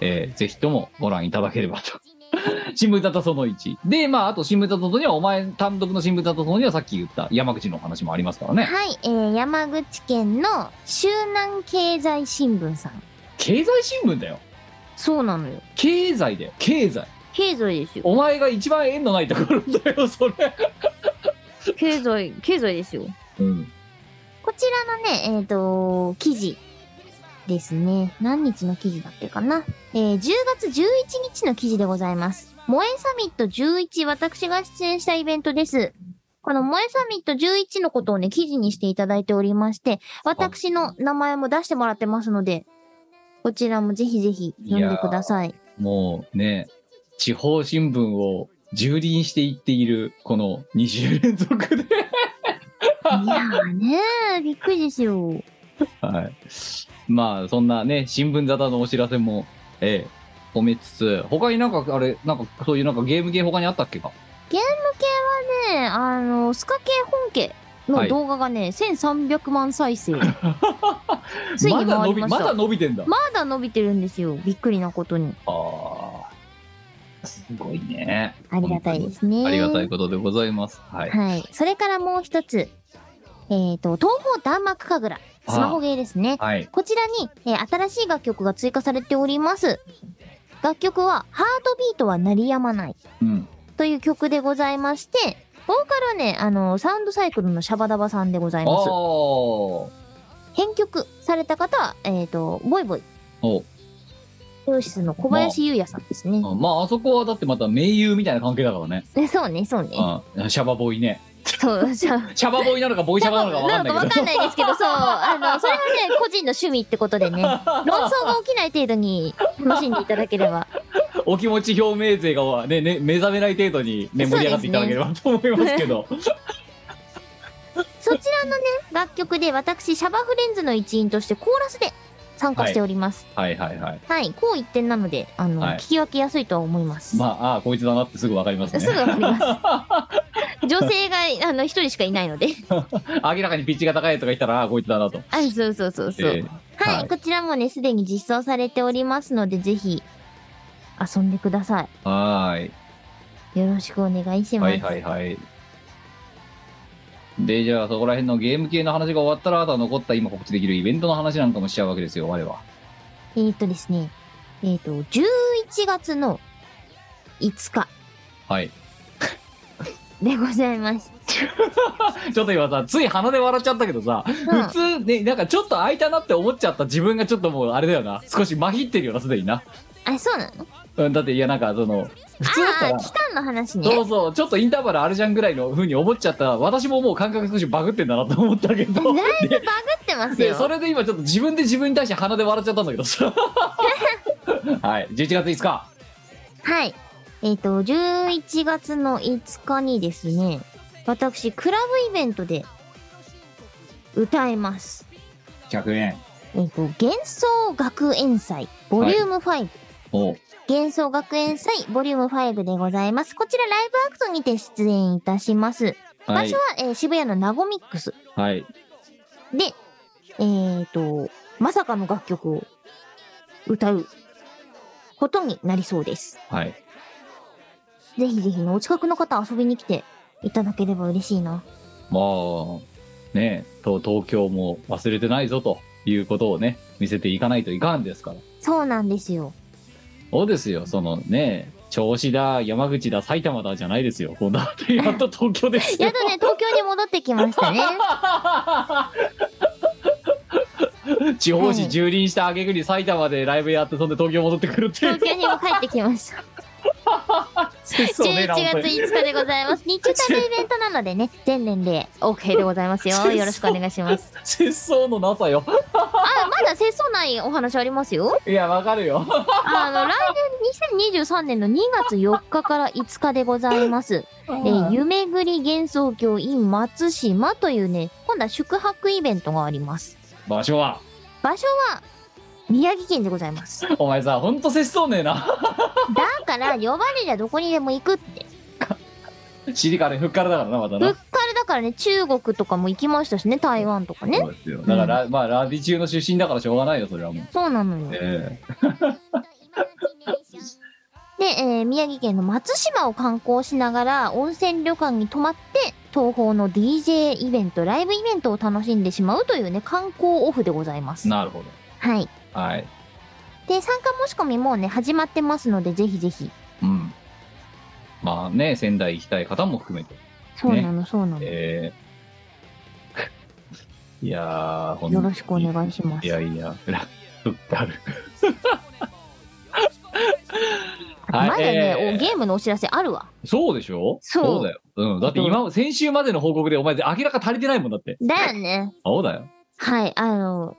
えーぜひともご覧いただければと。 新聞だとその1。で、まあ、あと新聞だとその2は、お前単独の新聞だとその2はさっき言った山口のお話もありますからね。はい、えー、山口県の周南経済新聞さん。経済新聞だよ。そうなのよ。経済だよ。経済。経済ですよ。お前が一番縁のないところだよ、それ。経済、経済ですよ。うん。こちらのね、えっ、と、記事ですね。何日の記事だっけかな。えー10月11日の記事でございます。萌えサミット11、私が出演したイベントです。この萌えサミット11のことをね、記事にしていただいておりまして、私の名前も出してもらってますので、こちらもぜひぜひ読んでください。もうね、地方新聞を蹂躙していっている、この2週連続で。 いやーねー、 びっくりですよ。はい。まあ、そんなね、新聞沙汰のお知らせも、ええ、褒めつつ、他になんか、あれ、なんか、そういうなんかゲーム系他にあったっけかねあのスカ系本家はのい動画がね、1300万 再生ついまにだ伸回りび、まましたまだだ伸びてんだ。伸びてるんですよびっくりなことにああ。すごいね。ありがたいですねありがたいことでございます。はい。はいそれからもう一つえっ、と東方弾幕神楽スマホゲーですねはい。こちらに、えー新しい楽曲が追加されております楽曲は「ハートビートは鳴りやまないうん。」という曲でございましてボーカルはねあのサウンドサイクルのシャバダバさんでございああ。ますお編曲された方はえっ、とボイボイヨシスの小林優也さんですね。まあ、あそこはだってまた盟友みたいな関係だからね。え そうね、そうね。うん。シャバボーイね。そう、じゃあ。シャバボーイなのかボーイシャバなのかわかんなないのかけわど。かんないで すけど、そう、あの、それはね、個人の趣味ってことでね、論争が起きない程度に楽しんでいただければ。 お気持ち表明勢がねね目覚めない程度に、ね、そ盛うですねり上がっていただければと思いますけ どそちらのね、楽曲で私、シャバフレンズの一員としてコーラスで参加しております。はいはいはいはい、こう一点なので、あの、はい聞き分けやすいとは思います。まあああこいつだなってすぐわかりますすぐねわかります。女性が、あの、一人しかいな いので。 明らかにピッチが高いとか言ったらああこいつだなと、あ、そうそうそうそう。えーはい、はいこちらもね、すでに実装されておりますので、ぜひ遊んでくださはーいい。よろしくお願いします。はいはいはいでじゃあそこら辺のゲーム系の話が終わったらあとは残った今告知できるイベントの話なんかもしちゃうわけですよ我はえーっとですね、えーっと、11月の5日はいでございます。ちょっと今さつい鼻で笑っちゃったけどさ、うん普通ねなんかちょっと空いたなって思っちゃった自分がちょっともうあれだよな少しまひってるよなすでになあ、そうなのうん、だっていやなんかその普通だったああらー、期間の話ね。そうそうちょっとインターバルあるじゃんぐらいの風に思っちゃった私ももう感覚少しバグってんだなと思ったけだい ぶどバグってますでよ。それで今ちょっと自分で自分に対して鼻で笑っちゃったんだけど さはい11月5日はい。えーっと、11月の5日にですね、私、クラブイベントで歌います。 100円えっと、幻想学園祭、ボリューム5、お幻想学園祭、ボリューム5でございます。こちら、ライブアクトにて出演いたします。は場い所は、えー渋谷のナゴミックス。はいで、えっ、と、まさかの楽曲を歌うことになりそうです。はいぜひぜひね、お近くの方遊びに来ていただければ嬉しいな。まあねえと東京も忘れてないぞということをね見せていかないといかんですからそうなんですよ。そうですよそのねえ調子だ山口だ埼玉だじゃないですよこん なやっと東京ですよやっとね、東京に戻ってきましたね。 地方紙蹂躙した挙句に埼玉でライブやってそんで東京戻ってくるっていう東京にも帰ってきました。そうね11月5日でございます。日中対面イベントなのでね、全年齢 OK でござ いますよ。そうよろしくお願いします。節操のなさよあ、まだ清掃ないお話ありますよ。いやわかるよあの、来年2023年の2月4日から5日でございます。えー夢ぐり幻想郷 in 松島というね、今度は宿泊イベントがあります。場所は場所は宮城県でござ います。お前さほんと接しそうねえなだから呼ばれりゃどこにでも行くって。尻からふっからだからなまたふっなかるだからね、中国とかも行きましたしね、台湾とかねそ。うですよだから、まあラディ中の出身だからしょうがないよそれはもうそうなのよ。で、えええー宮城県の松島を観光しながら温泉旅館に泊まって、東方の DJ イベント、ライブイベントを楽しんでしまうというね、観光オフでございます。なるほはい。どはいで、参加申し込みもうね、始まってますので、ぜひぜひ。うんまあね仙台行きたい方も含めてそうなの、そうなの。よええいやーほんろしくお願いしますい。やいやラッカル まだね、えーおゲームのお知らせあるわ。そうでしょそうだよ。うん。だって今、先週までの報告でお前明らか足りてないもんだって。だよね。そうだよ。はい、あの、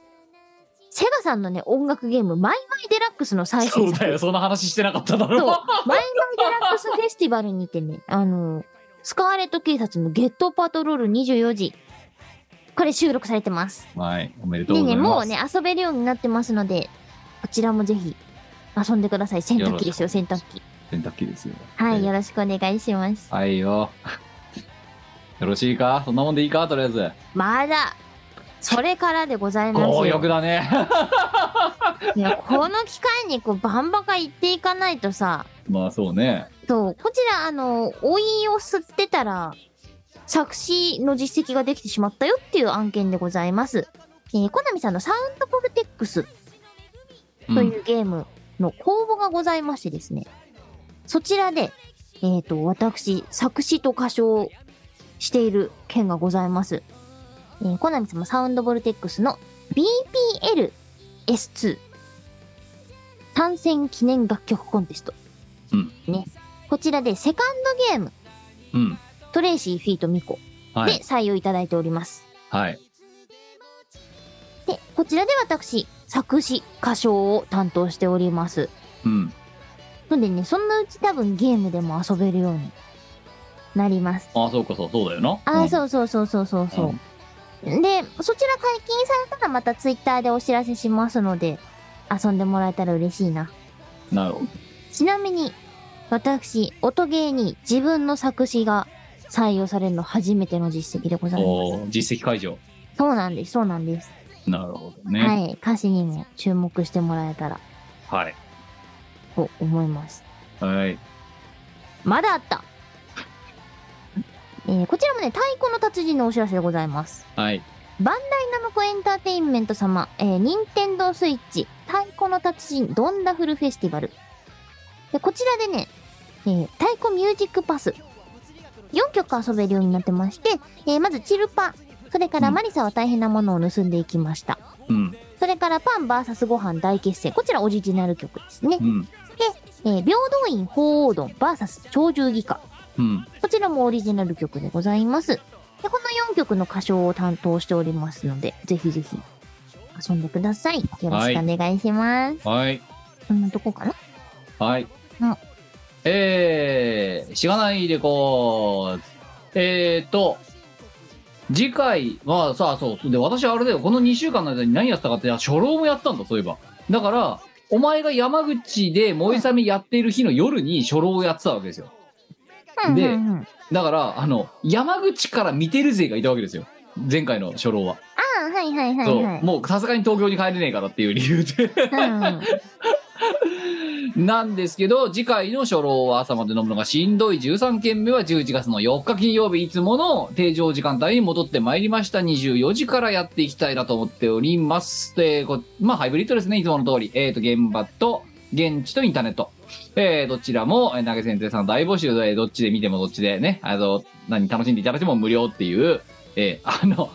セガさんのね、音楽ゲーム、マイマイデラックスの最そ新う作。だよ。そんな話してなかっただそうろ。マイマイデラックスフェスティバルにてね、あの、スカーレット警察のゲットパトロール24時。これ収録されてます。 はい。おめでとうでござね、いもまうす。ね、遊べるようになってますので、こちらもぜひ遊んでください。洗濯機ですよ、洗濯機。洗濯機ですよ。はい、えよえろしくお願いします。はいよ。よろしいかそんなもんでいいかとりあえず。まだ、それからでございます強よ欲。だね。いや、この機会にこう、バンバカ行っていかないとさ、 まあそうね。そう、こちら、あの、おいを吸ってたら、作詞の実績ができてしまったよっていう案件でございます。えー、コナミさんのサウンドポルテックスうんというゲームの公募がございましてですね、そちらで、えっ、と、私、作詞と歌唱をしている件がございます。えー、コナミ様サウンドボルテックスの BPLS2 参戦記念楽曲コンテスト。うんね。こちらでセカンドゲーム、うん。トレイシー・フィート・ミコはでい。採用いただいております。はい。で、こちらで私、作詞、歌唱を担当しております。うん。のでね、そんなうち多分ゲームでも遊べるようになります。ああ、そうかそう、そうだよな。あー、うそうそうそうそうそうそう。で、そちら解禁されたらまたツイッターでお知らせしますので、遊んでもらえたら嬉しいな。ん。なるほど。ちなみに、私、音ゲーに自分の作詞が採用されるの初めての実績でございます。おー実績解除。そうなんです、そうなんです。なるほどはね。い、歌詞にも注目してもらえたらはい。と思います。はい。まだあった。えーこちらもね、太鼓の達人のお知らせでございます。はい。ダイナムコエンターテインメント様、えー、任天堂スイッチ、太鼓の達人、ドンダフルフェスティバル。でこちらでね、えー太鼓ミュージックパス。4曲遊べるようになってまして、えーまずチルパ、それからマリサは大変なものを盗んでいきました。うん。それからパン VS ご飯大決戦。こちらオリジナル曲ですねう。ん。えー平等院鳳凰丼 VS 鳥獣戯歌。うん。こちらもオリジナル曲でございます。でこの4曲の歌唱を担当しておりますので、ぜひぜひ遊んでください。よろしくお願いします。はい。こんなとこかなはい。うんえー、しがないレコーズ。えーと、次回、まあさあそう。で、私あれだよ、この2週間の間に何やってたかって、あ初老もやったんだ、そういえば。だから、お前が山口で萌えさみやってる日の夜に初老をやってたわけですよ。うんでうんうんだから、あの、山口から見てる勢がいたわけですよ。前回の初老は。ああ、はいはいはそいうはい。もうさすがに東京に帰れねえからっていう理由で。うんうんなんですけど、次回の初老は朝まで飲むのがしんどい13件目は11月の4日金曜日、いつもの定常時間帯に戻ってまいりました。24時からやっていきたいなと思っております。で、こまあ、ハイブリッドですね、いつもの通り。えっ、と、現場と、現地とインターネット。えー、どちらも、えー投げ先生さん大募集で、どっちで見てもどっちでね、あの、何、楽しんでいただいても無料っていう、えーあの、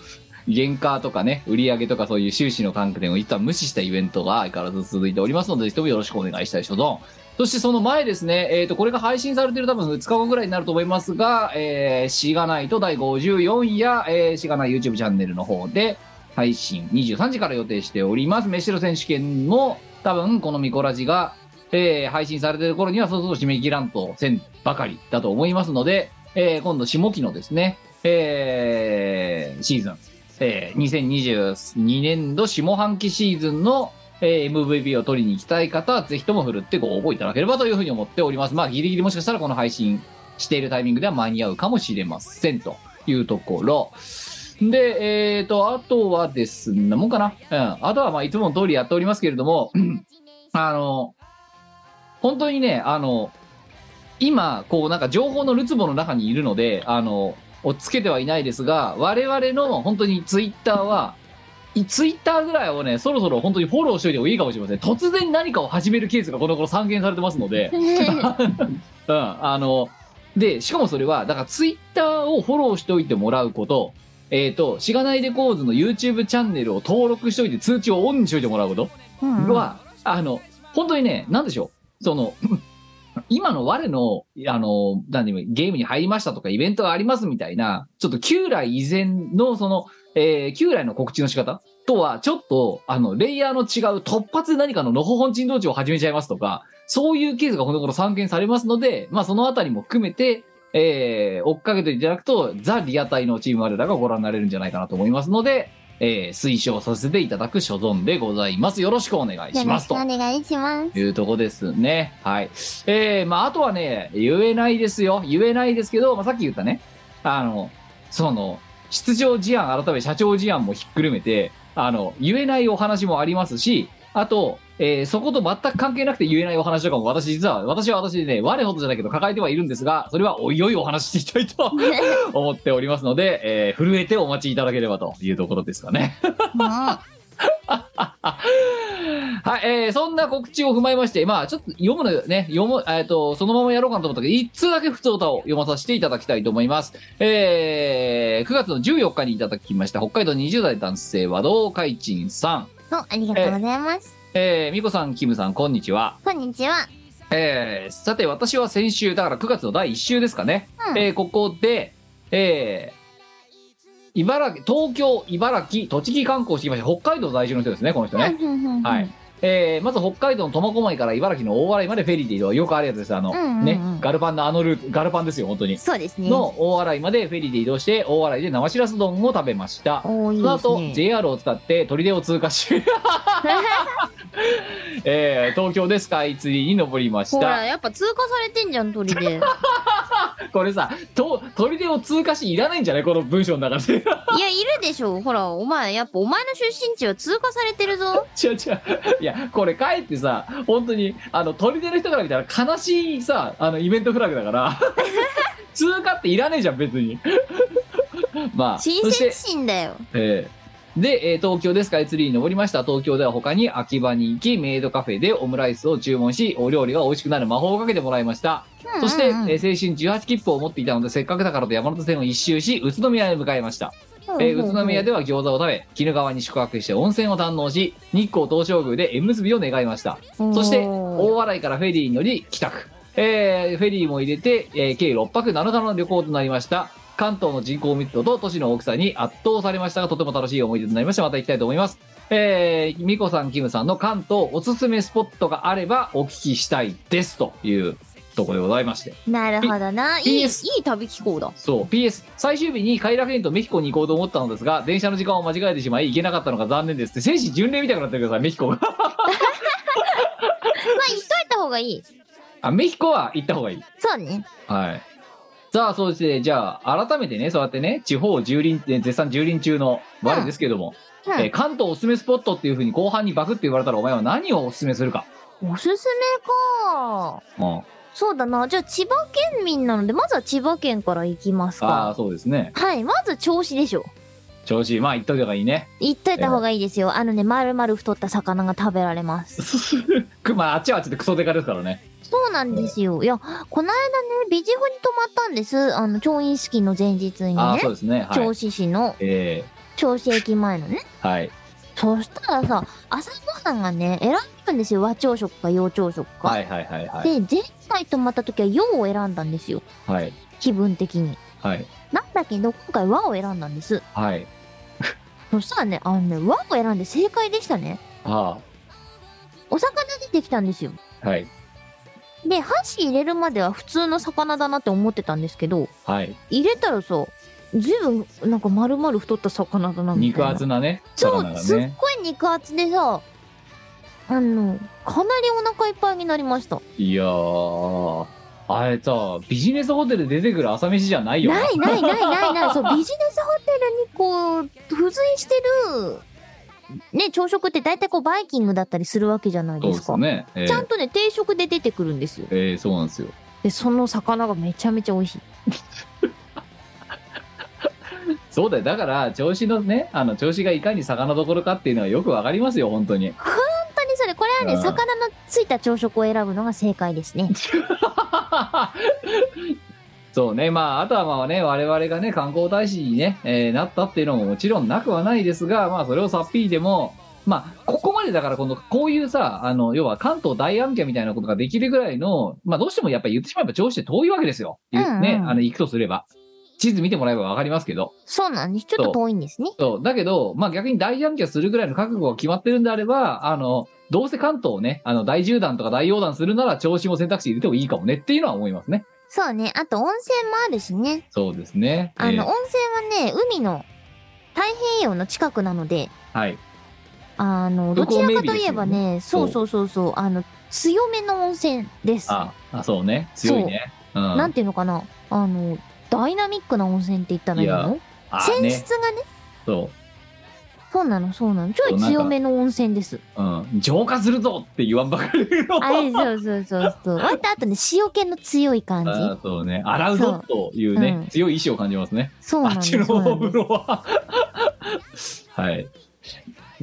原価とかね、売り上げとかそういう収支の観点を一旦無視したイベントが相変わらず続いておりますので、ぜひともよろしくお願いしたい所存。そしてその前ですね、えっ、と、これが配信されてる多分2日後ぐらいになると思いますが、えー、しがないと第54や、えー、しがない YouTube チャンネルの方で、配信23時から予定しております。飯代選手権も、多分このミコラジが、えー配信されてる頃には、そうそう締め切らんとせんばかりだと思いますので、えー今度、下期のですね、えーシーズン、えー、2022年度下半期シーズンの、えー MVP を取りに行きたい方は、ぜひとも振るってご応募いただければというふうに思っております。まあ、ギリギリもしかしたらこの配信しているタイミングでは間に合うかもしれませんというところ。で、えっ、と、あとはですね、もんかな。うん。あとは、まあ、いつもの通りやっておりますけれども、 あの、本当にね、あの、今、こう、なんか情報のるつぼの中にいるので、あの、落っつけてはいないですが、我々の本当にツイッターは、いツイッターぐらいをね、そろそろ本当にフォローしておいてもいいかもしれません。突然何かを始めるケースがこの頃散見されてますので、 うん、あの、で、しかもそれは、だからツイッターをフォローしておいてもらうこと、えっ、と、しがないレコーズの YouTube チャンネルを登録しておいて通知をオンにしておいてもらうことうんうんは、あの、本当にね、なんでしょう。その、 今の我の、あの、なんでもゲームに入りましたとかイベントがありますみたいな、ちょっと旧来以前のその、えー旧来の告知の仕方とは、ちょっと、あの、レイヤーの違う突発で何かののほほん珍道中を始めちゃいますとか、そういうケースがこの頃散見されますので、まあそのあたりも含めて、えー追っかけていただくと、ザ・リアタイのチーム我らがご覧になれるんじゃないかなと思いますので、えー推奨させていただく所存でございます。よろしくお願いしよまろすしくとお。願いします。いうとこですね。はい。えー、まあ、あとはね、言えないですよ。言えないですけど、まあ、さっき言ったね、あの、その、出場事案、改め社長事案もひっくるめて、あの、言えないお話もありますし、あと、えーそこと全く関係なくて言えないお話とかも私実は、私は私でね、我ほどじゃないけど抱えてはいるんですが、それはおいおいお話ししていきたいと思っておりますので、えー震えてお待ちいただければというところですかね。 はい、えーそんな告知を踏まえまして、まあ、ちょっと読むのよね、読む、えっ、と、そのままやろうかなと思ったけど、一通だけ普通歌を読まさせていただきたいと思います。えー9月の14日にいただきました、北海道20代男性和道海珍さん。お、ありがとうございます。えー、みこさん、キムさん、こんにちは。こんにちは。えーさて私は先週だから9月の第1週ですかね、うんえーここで、えー茨城東京茨城栃木観光してきました北海道在住の人ですねこの人ね、うんうんうんはいえーまず北海道の苫小牧から茨城の大洗までフェリーで移動よくあるやつですあの、うんうんうんねガルパンのあのルートガルパンですよ本当に、そうですね。の大洗までフェリーで移動して大洗で生しらす丼を食べました多いそので後すね。 JR を使って砦を通 過し、えー東京でスカイツリーに登りましほたら、やっぱ通過されてんじゃん、鳥 で。これさ、と、砦を通過しいらないんじゃないこの文章の中で。いや、いるでしょ。ほら、お前、やっぱお前の出身地は通過されてるぞ。違う違う。いや、これかえってさ、本当に、あの、砦の人から見たら悲しいさ、あの、イベントフラグだから。 通過っていらねえじゃん、別に。 まあ、親そして切心だよ。えーで、えー東京でスカイツリーに登りました。東京では他に秋葉に行き、メイドカフェでオムライスを注文し、お料理が美味しくなる魔法をかけてもらいました。そして、えー青春18切符を持っていたので、せっかくだからと山手線を一周し、宇都宮へ向かいました。えー宇都宮では餃子を食べ、鬼怒川に宿泊して温泉を堪能し、日光東照宮で縁結びを願いました。そして、おー大洗からフェリーに乗り、帰宅。えーフェリーも入れて、えー計6泊7日の旅行となりました。関東の人口密度と都市の大きさに圧倒されましたが、とても楽しい思い出となりました。また行きたいと思います。えー、みこさん、キムさんの関東おすすめスポットがあればお聞きしたいです。というところでございまして。なるほどな。いい、い PS い旅機構だ。そう、PS、最終日に偕楽園とメヒコに行こうと思ったのですが、電車の時間を間違えてしまい、行けなかったのが残念ですって、戦士巡礼みたいになってるけどさ、メヒ コが。まあ、行っといた方がいい。あ、メヒコは行った方がいい。そうね。はい。さあ、そうして、じゃあ、改めてね、そうやってね、地方蹂躙、え絶賛蹂躙中の我ですけども、うんえー関東おすすめスポットっていうふうに後半にバクって言われたら、お前は何をおすすめするか。おすすめか。うん、そうだな。じゃあ、千葉県民なので、まずは千葉県から行きますああ、か。そうですね。はい、まず調子でしょ。調子いい、まあ、行っといた方がいいね。行っといた方がいいですよ。あのね、丸々太った魚が食べら れます。くまあ、あっちはあっちでクソデカですからね。そうなんですよ。いや、この間ね、ビジホに泊まったんです。あの、調印式の前日にああ、ねそう。ですね。は銚い。子市の、え銚子駅前のね。ーはい。そしたらさ、朝ごはんがね、選ぶんですよ。和朝食か洋朝食か。はいはいはいはい。で、前回泊まった時は洋を選んだんですよ。はい。気分的に。はい。なんだけど、今回和を選んだんです。はい。そしたらね、あのね、和を選んで正解でしたね。はお魚出てきたんですよ。あ。はい。で、箸入れるまでは普通の魚だなって思ってたんですけど、はい。入れたらさ、ずいぶんなんか丸々太った魚だなみたい肉な厚なねそう、魚がすっねごい肉厚でさあのかなりお腹いっぱいになりましたいやーあれさビジネスホテルで出てくる朝飯じゃないよないないないないない そうビジネスホテルにこう付随してるね朝食って大体こうバイキングだったりするわけじゃなそいうでですすかよね、えちゃーんとね定食で出てくるんですよえーそうなんですよでその魚がめちゃめちゃ美味しいそうだよだから調子のねあの調子がいかに魚どころかっていうのはよくわかりますよ本当に本当にそれこれはうんね魚のついた朝食を選ぶのが正解です ねそうね、まあ、あとはまあね、我々がね、観光大使に、ねえーなったっていうのももちろんなくはないですが、まあ、それをさっぴいでも、まあ、ここまでだからこの、こういうさ、あの、要は関東大案件みたいなことができるぐらいの、まあ、どうしてもやっぱり言ってしまえば上司って遠いわけですよ。うんうんね、あの、行くとすれば。地図見てもらえばわかりますけど。そうなんですちょっと遠いんですねそう。だけど、まあ逆に大案件するぐらいの覚悟が決まってるんであれば、あの、どうせ関東をね、あの、大縦断とか大横断するなら、調子も選択肢入れてもいいかもねっていうのは思いますね。そうねあと温泉もあるしねそうですね。あの、えー温泉はね海の太平洋の近くなのではい。あの風どち光明らか媚といえばねよそねうそうそうそうあの強めの温泉ですあ、あそうね。強いね。うん。なんていうのかなあのダイナミックな温泉って言ったらいいいのあ泉ね。質がねそそうなのそうなのちょそうなんいか強めの温泉 ですう。うん。浄化するぞって言わんばかりの。あれそうそうそうそうあとあとね塩気の強い感じ あーそうね。洗うぞというね、うん強い意志を感じますね。そうあなっのちのそうなおの風呂は。 はい。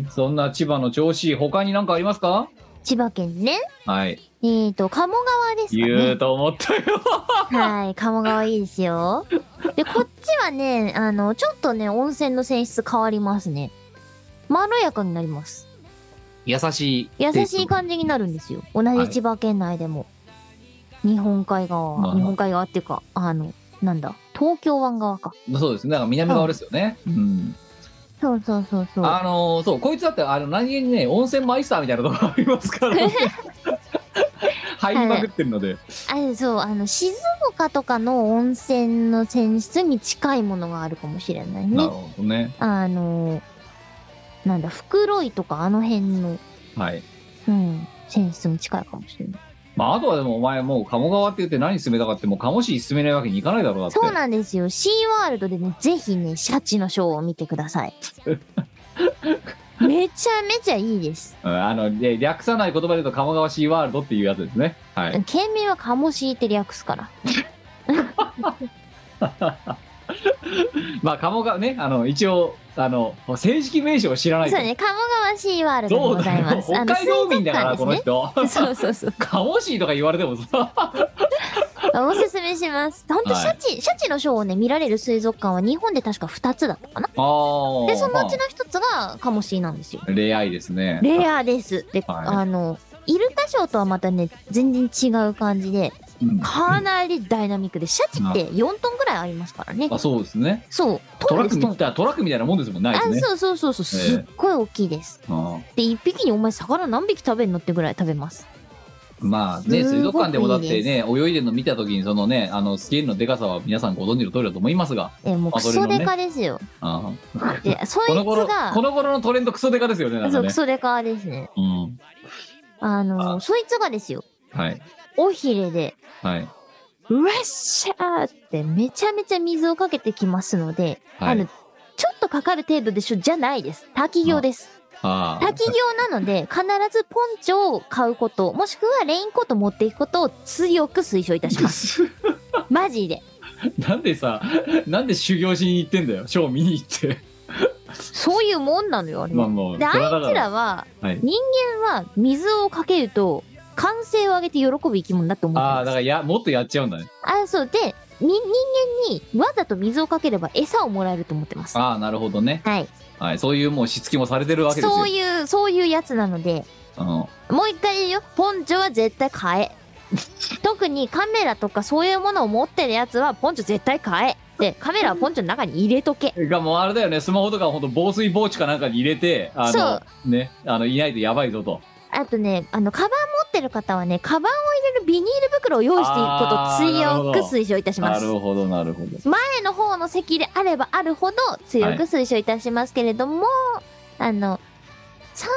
そんな千葉の調子、他に何かありますか千葉県ねはい。えっ、と鴨川ですか言ねうと思ったよ。はい鴨川いいですよでこっちはねあのちょっとね温泉の泉質変わりますねまろやかになります 優しい。優しい感じになるんですよ同じ千葉県内でも、日本海側、まあ日本海側っていうかあのなんだ東京湾側かそうですね。だから南側ですよね。うん。そうそうそうそうあのーそう、こいつだって、あの、何気にね、温泉マイスターみたいなところありますから、 ね。入りまくってるので。あれそうあの静岡とかの温泉の泉質に近いものがあるかもしれななるいねほどね。あのなんだ袋井とかあの辺のはい。うん泉質に近いかもしれないまあ、あとはでも、お前もう鴨川って言って何進めたかって、もう鴨市進めないわけにいかないだろうだって。そうなんですよシーワールドでねぜひねシャチのショーを見てくだ さいめちゃめちゃいいですうんあの、で略さない言葉で言うと、鴨川シーワールドっていうやつですね。はい。県民は鴨シーって略すからまあ、鴨川ね、あの、一応、あの、正式名称を知らないそとうね鴨川シーワールドでそうござだいよ。ます北海道民だから、あこのの水族人。館ですねそうそうそう鴨市とか言われてもさ。おすすめします本当はいシャチ、シャチのショーをね見られる水族館は日本で確か2つだったかなああ。 でそのうちの1つが鴨シーなんですよ恋愛ですね。レアですで、はいあのイルカショーとはまたね全然違う感じでうんかなりダイナミックでシャチって4トンぐらいありますからねあそうですね。そうトトンラッでクすみトたンいなトラックみたいなもんですもんないあですね。そうそうそうそうすっごい大きいです、うんで1匹にお前魚何匹食べんのってぐらい食べますまあねすごく水族館でもだっいていね泳いでるの見た時にそのねあのスケールのでかさは皆さんご存知の通りだと思いますが、えもうあクそれのソねデカです よ、うんでそいつこの頃がこの頃のトレンドクソデカですよねなんかそうクね。ソデカですねうんあのそいつがですよはい尾ひれではい「うわっしゃー!」ってめちゃめちゃ水をかけてきますので、はあいの。ちょっとかかる程度でしょじゃないです滝行ですあー滝行なので必ずポンチョを買うこともしくはレインコート持っていくことを強く推奨いたします マジでなんでさなんで修行しに行ってんだよショー見に行って。そういうもんなのよあれはまあもうであい虎だかつらははい人間は水をかけると歓声を上げて喜ぶ生き物だと思ってああだますからやもっとやっちゃうんだね。あそうでみ人間にわざと水をかければ餌をもらえると思ってますああなるほどね。はいはいそういうもうしつきもされてるわけですよ。そういうそういうやつなのでうんもう一回言うよポンチョは絶対買 え特にカメラとかそういうものを持ってるやつはポンチョ絶対買えでカメラはポンチョの中に入れとけがもうあれだよねスマホとかほんと防水ポーチかなんかに入れてあのねあのいないとやばいぞとあとねあのカバン持っってる方はね、カバンを入れるビニール袋を用意していくことをあー強なるほくど推奨いたしまなす。るほどなるほど 前の方の席であればあるほど強く推奨いたしますけれども、あの、三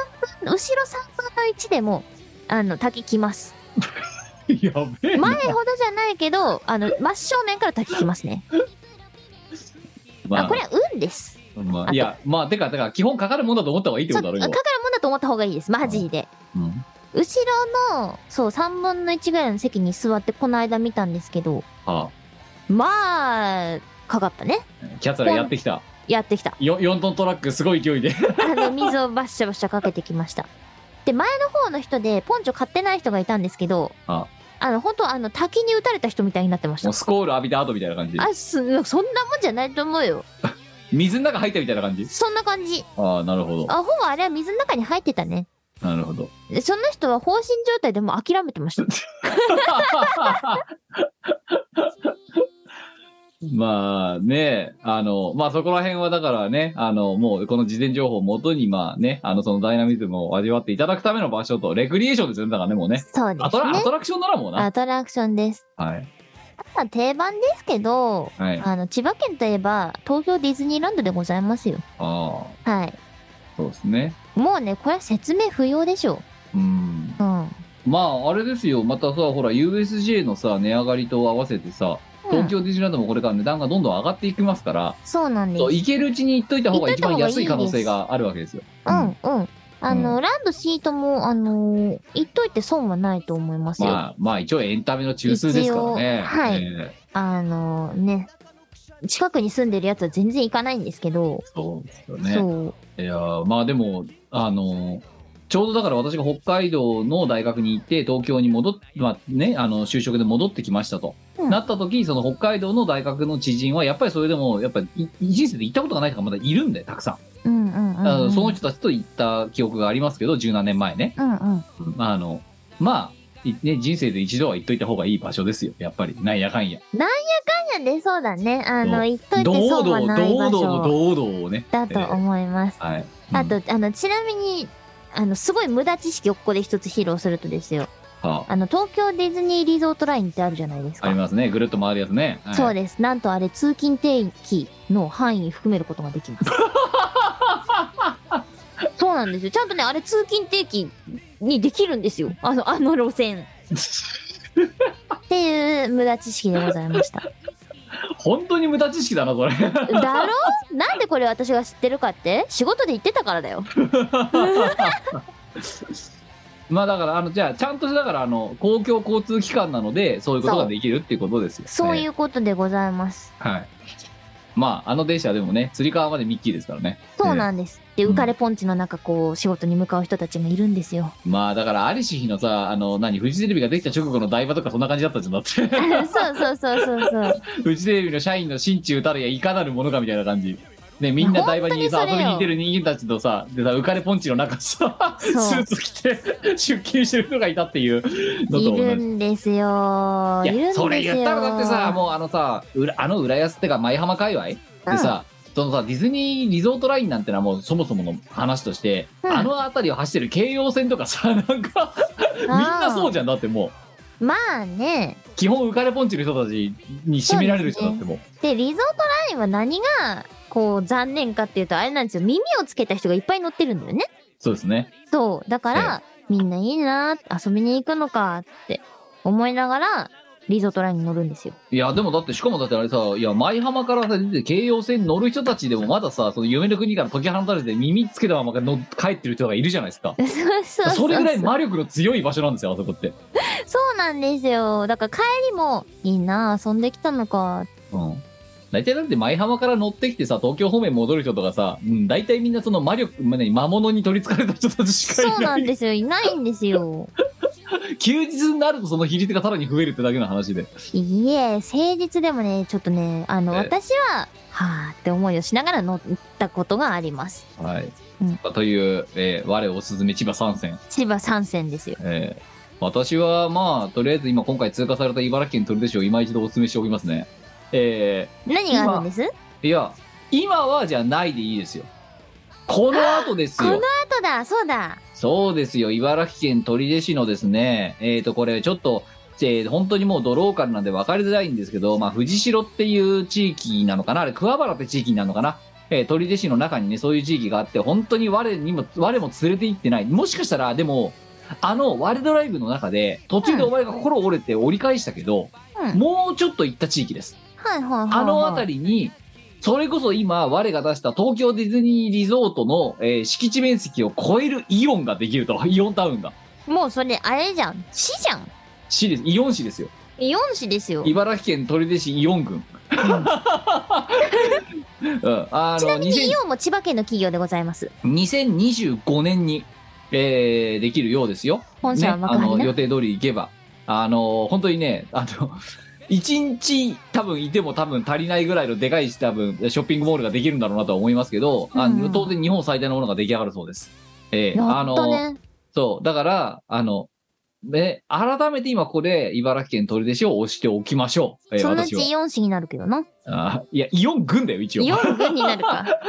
分、後ろ3分の1でも、あの、滝きます。やべえな前ほどじゃないけど、あの、真正面から滝きますね。まあ、これは運です。まああ、いやまあてかてか基本かかるもんだと思った方がいいってそことう、かだかろる今もんだと思った方がいいです。マジで。うん後ろの、そう、3分の1ぐらいの席に座って、この間見たんですけど、はまあ、かかったね。あ、キャツラやってきたやってきた。よ4トントラックすごい勢いで あの、水をバッシャバッシャかけてきました。で、前の方の人で、ポンチョ買ってない人がいたんですけど、ああの、本当あの、滝に打たれた人みたいになってましもたう。スコール浴びた後みたいな感じあ、す、そんなもんじゃないと思うよ。水の中入ったみたいな感じそんな感じ。ああなるほどあ、ほぼあれは水の中に入ってたね。なるほどでその人は放心状態でもう諦めてました。 まあねあのまあそこら辺はだからねあのもうこの事前情報をもとにまあねあのそのダイナミズムを味わっていただくための場所とレクリエーションですよねだからねもうねそうでアすトラアね。トラクションならもうなアトラクションです。はいあとは定番ですけど、はいああの、千葉県といえば、東京ディズニーランドでございますよ。あはい。そうですねもうね、これは説明不要でしょうんう。うん。まああれですよまたさほら USJ のさ値上がりと合わせてさ東京ディズニーランドもこれから値段がどんどん上がっていきますから、そうなんです。そうう行けるうちに行っといた方が一番安い可能性があるわけですよ。ん、うん。あの、ランドシートも、あのー言っといて損はないと思いますよ。まあまあ一応エンタメの中枢ですからね。一応はいええあのーね、近くに住んでるやつは全然行かないんですけど、そうですよね。そう。いやーまあでもあのちょうどだから私が北海道の大学に行って東京に戻って、まあね、あの就職で戻ってきましたと、うんなった時にその北海道の大学の知人はやっぱりそれでもやっぱりい人生で行ったことがない人がまだいるんでたくさん、うんうんうん、うん。あのその人たちと行った記憶がありますけど十何年前ね、うんうん。あのまあいね人生で一度は行っといた方がいい場所ですよやっぱりなんやかんやなんでそうだね。あその、う言っとい堂て々損はない場堂々の所堂々をねだと思います。はい、あと、あの、ちなみに、あの、すごい無駄知識をここで一つ披露するとですよ。うんはああの、東京ディズニーリゾートラインってあるじゃないですあかり。ますねぐるっと回るやつね、はいそうです。なんとあれ、通勤定期の範囲に含めることができます。そうなんですよ。ちゃんとね、あれ、通勤定期にできるんですよ。あの、あの路線。っていう無駄知識でございました。本当に無駄知識だなそれ だろなんでこれ私が知ってるかって仕事で言ってたからだよ。まあだからあのじゃあちゃんとしただからあの公共交通機関なのでそういうことができるっていうことですよ、ね、そういうことでございます。はいまああの電車でもねつり革までミッキーですからねそうなんです。で、浮かれポンチの中、こう、仕事に向かう人たちもいるんで すよ。まあだからありし日のさあの何フジテレビができた直後の台場とかそんな感じだったじゃんだって そうそうそうそうそう。フジテレビの社員の心中たるやいかなるものかみたいな感じねみんな台場に本さ当にそ遊びれよに行ってる人間たちとさでさ浮かれポンチの中さスそうーツ着て出勤してる人がいたっていうのとい同じるんですよ。いいるんやですよ。それ言ったらだってさもうあのさ裏あの浦安ってか舞浜界隈でさ、そのさディズニーリゾートラインなんてのはもうそもそもの話として、うんあの辺りを走ってる京葉線とかさ なんかみんなそうじゃんだってもうんまあね。う基本浮かれポンチの人たちに占められる人だってもうで、リゾートラインは何が、こう、残念かっていうと、あれなんですよ。耳をつけた人がいっぱい乗ってるんだよね。そうですねそう。だから、みんないいな、遊びに行くのかって思いながら、リゾートラインに乗るんですよ。 いやでもだってしかもだってあれさいや舞浜からさ出て京葉線に乗る人たちでもまださその夢の国から解き放たれて耳つけたまま乗っ帰ってる人がいるじゃないですかそうそうそそうれぐらい魔力の強い場所なんですよあそこって、そうなんですよ。だから帰りも、いいな、遊んできたのか。うん、大体だって舞浜から乗ってきてさ東京方面戻る人とかさ、うん、大体みんなその魔力、まあね、魔物に取りつかれた人たちしかいないそうなんですよ。いないんですよ。 休日になるとその比率がさらに増えるってだけの話でいえ、誠実でもね、ちょっとね、あの、ええ私は、はあって思いをしながら乗ったことがあります。はい、うんという、えー我おすすめ千葉三選、千葉三線ですよ。えー私はまあとりあえず今今回通過された茨城県取手市を今一度おすすめしておきますねえ何があるんですーいや今はじゃないでいいですよこの後ですこのよ後だ、そうだ。そうですよ、茨城県取手市のですね、えー、と、これちょっと、えー本当にもうドローカルなんで分かりづらいんですけど、まあ、藤代っていう地域なのかな、あれ、桑原って地域になるのかな、えー取手市の中にね、そういう地域があって、本当に我にも、我も連れて行ってない。もしかしたら、でも、あの、ワールドライブの中で、途中でお前が心折れて折り返したけど、うんもうちょっと行った地域です。はいはいはい、はい。あの辺りに、それこそ今、我が出した東京ディズニーリゾートの、えー敷地面積を超えるイオンができると。イオンタウンが。もうそれ、あれじゃん。市じゃん。市です。イオン市ですよ。 4市ですよ。茨城県取手市イオン郡。うん、あちなのみにイ2000オンも千葉県の企業でございます。 2025年に、えーできるようですよ。本ね、社あは幕張のな。予定通り行けばあの本当にねあの 一日多分いても多分足りないぐらいのでかいし多分ショッピングモールができるんだろうなとは思いますけど、あうのん当然日本最大のものが出来上がるそうです。ええやあっとのね。そうだからあのね改めて今ここで茨城県取手市を押しておきましょう。ええそのう私ちはイオン市になるけどな。あいやイオン軍だよ一応。イオン郡にな るか。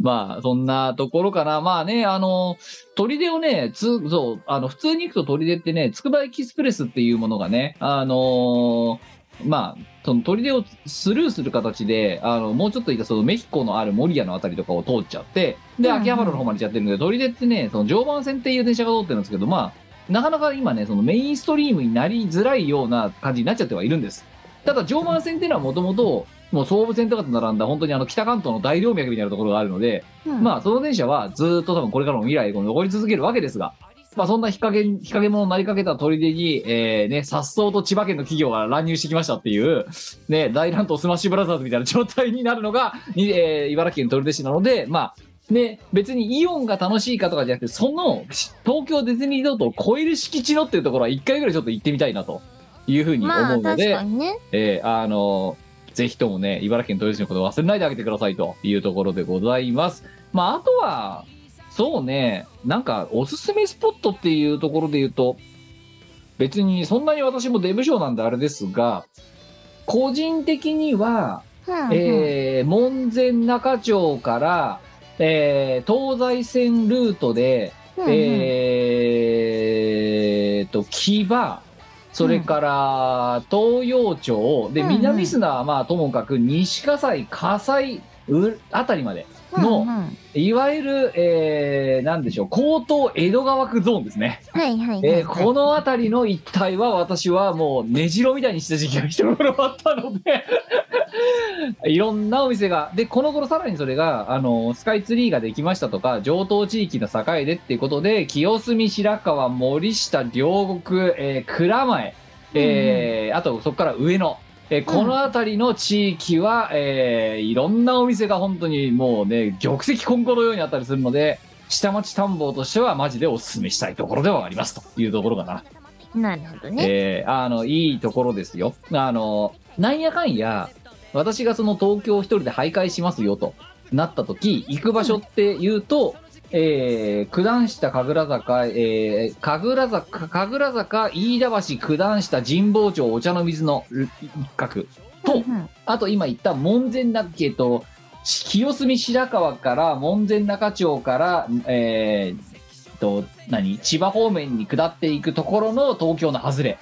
まあ、そんなところかな。まあね、あの、砦をね、つ、そう、あの、普通に行くと砦ってね、つくばエキスプレスっていうものがね、あのーまあ、その砦をスルーする形で、あの、もうちょっと行ったそのメヒコのあるモリアのあたりとかを通っちゃって、で、うんうん秋葉原の方まで行っちゃってるんで、砦ってね、その常磐線っていう電車が通ってるんですけど、まあ、なかなか今ね、そのメインストリームになりづらいような感じになっちゃってはいるんです。ただ、常磐線っていうのはもともと、もう総武線とかと並んだ、本当にあの北関東の大動脈みたいなところがあるので、うんまあ、その電車はずーっと多分これからも未来、この残り続けるわけですが、まあ、そんな日陰、日陰者になりかけた砦に、えー、ね、颯爽と千葉県の企業が乱入してきましたっていう、ね、大乱闘スマッシュブラザーズみたいな状態になるのが、にえー茨城県砦市なので、まあ、ね、別にイオンが楽しいかとかじゃなくて、その、し東京ディズニーリゾートを超える敷地のっていうところは一回ぐらいちょっと行ってみたいなというふうにま思あうの確で、かにね。えーあのーぜひともね、茨城県取手市のことを忘れないであげてくださいというところでございます。まあ、あとは、そうね、なんか、おすすめスポットっていうところで言うと、別にそんなに私もデブ賞なんであれですが、個人的には、うんうんえー門前仲町から、えー東西線ルートで、うんうんえーっと木場それから東洋町、でうんうん南砂はまあともかく西葛西葛西うあたりまでの、うんうんいわゆる、えー、なんでしょう江東江戸川区ゾーンですね、はいはいはいはい。えーこの辺りの一帯は私はもう根城みたいにした時期が一頃あったので いろんなお店がでこの頃さらにそれがあのスカイツリーができましたとか上東地域の境でっていうことで清澄白河森下両国、えー蔵前、えーあとそこから上野えーこの辺りの地域は、えーいろんなお店が本当にもうね玉石混合のようにあったりするので下町探訪としてはマジでお勧めしたいところではありますというところかな。なるほどね。えーあのいいところですよ。あのなんやかんや私がその東京を一人で徘徊しますよとなった時行く場所って言うと、えー九段下神楽坂、えー神楽坂神楽坂飯田橋九段下神保町お茶の水の一角とうんうんあと今言った門前だっけと、し清澄白河から門前仲町から、えー、と、何千葉方面に下っていくところの東京の外れ、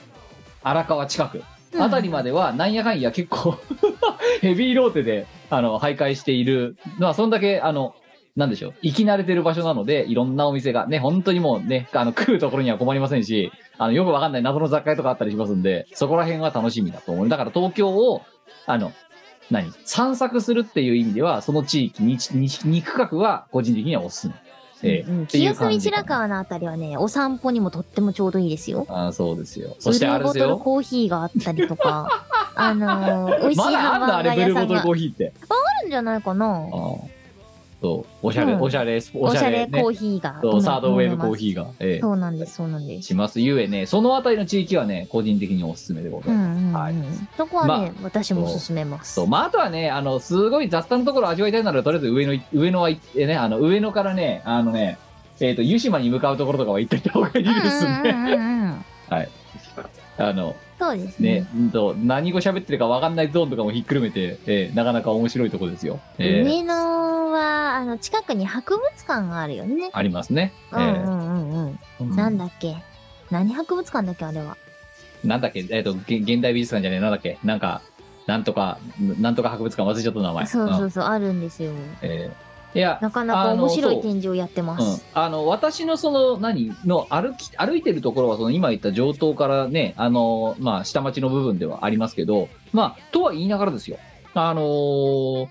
荒川近く、うんあたりまでは、なんやかんや結構、 ヘビーローテで、あの、徘徊している、まあ、そんだけ、あの、なんでしょう、生き慣れてる場所なので、いろんなお店が、ね、本当にもうね、あの、食うところには困りませんし、あの、よくわかんない謎の雑貨屋とかあったりしますんで、そこら辺は楽しみだと思う。だから東京を、あの、何散策するっていう意味では、その地域に、に、に区画は個人的にはおすすめ。ええうんってい清う感澄じ白河のあたりはね、お散歩にもとってもちょうどいいですよ。ああ、そうですよ。そしてあれですブルーよ。ボトルコーヒーがあったりと か、あのー、美味しいまだあハンんだ、バあーガれ、ーブルー屋さボんトルがコあーヒーって。るんじゃないかなあ。あ。そう。おしゃれ、うんおしゃれ、おおししゃゃれ、れねコー。ヒーが。そう、サードウェーブコーー。ヒーが。えそうなんです、そうなんでえ。す。します。ゆえね、そのあたりの地域はね、個人的におすすめでござういます。んうんはういん。そこはね、私も勧めますそう。まあ、あとはね、あの、すごい雑多なところを味わいたいなら、とりあえず上野い、上野は行ってね、あの、上野からね、あのね、えっ、と、湯島に向かうところとかは行っていた方がいいですね。うんうんうんうん あの、そうですねね、うんと何語喋ってるか分かんないゾーンとかもひっくるめて、えーなかなか面白いとこですよ。えー上野はあの近くに博物館があるよね。ありますね。えうんうーんうんうん。うんなんだっけ何博物館だっけあれは。なんだっけ、えっと、げ現代美術館じゃねえ、なんだっけ、なんか、なんとか、なんとか博物館、忘れちゃった名前。そうそんうそう、あるんですよ。えーいや、なかなかあの面白そいう展示をやってまうんす。、あの私のその何の歩き歩いてるところはその今言った上等からねあの、まあ、下町の部分ではありますけど、まあ、とは言いながらですよあのー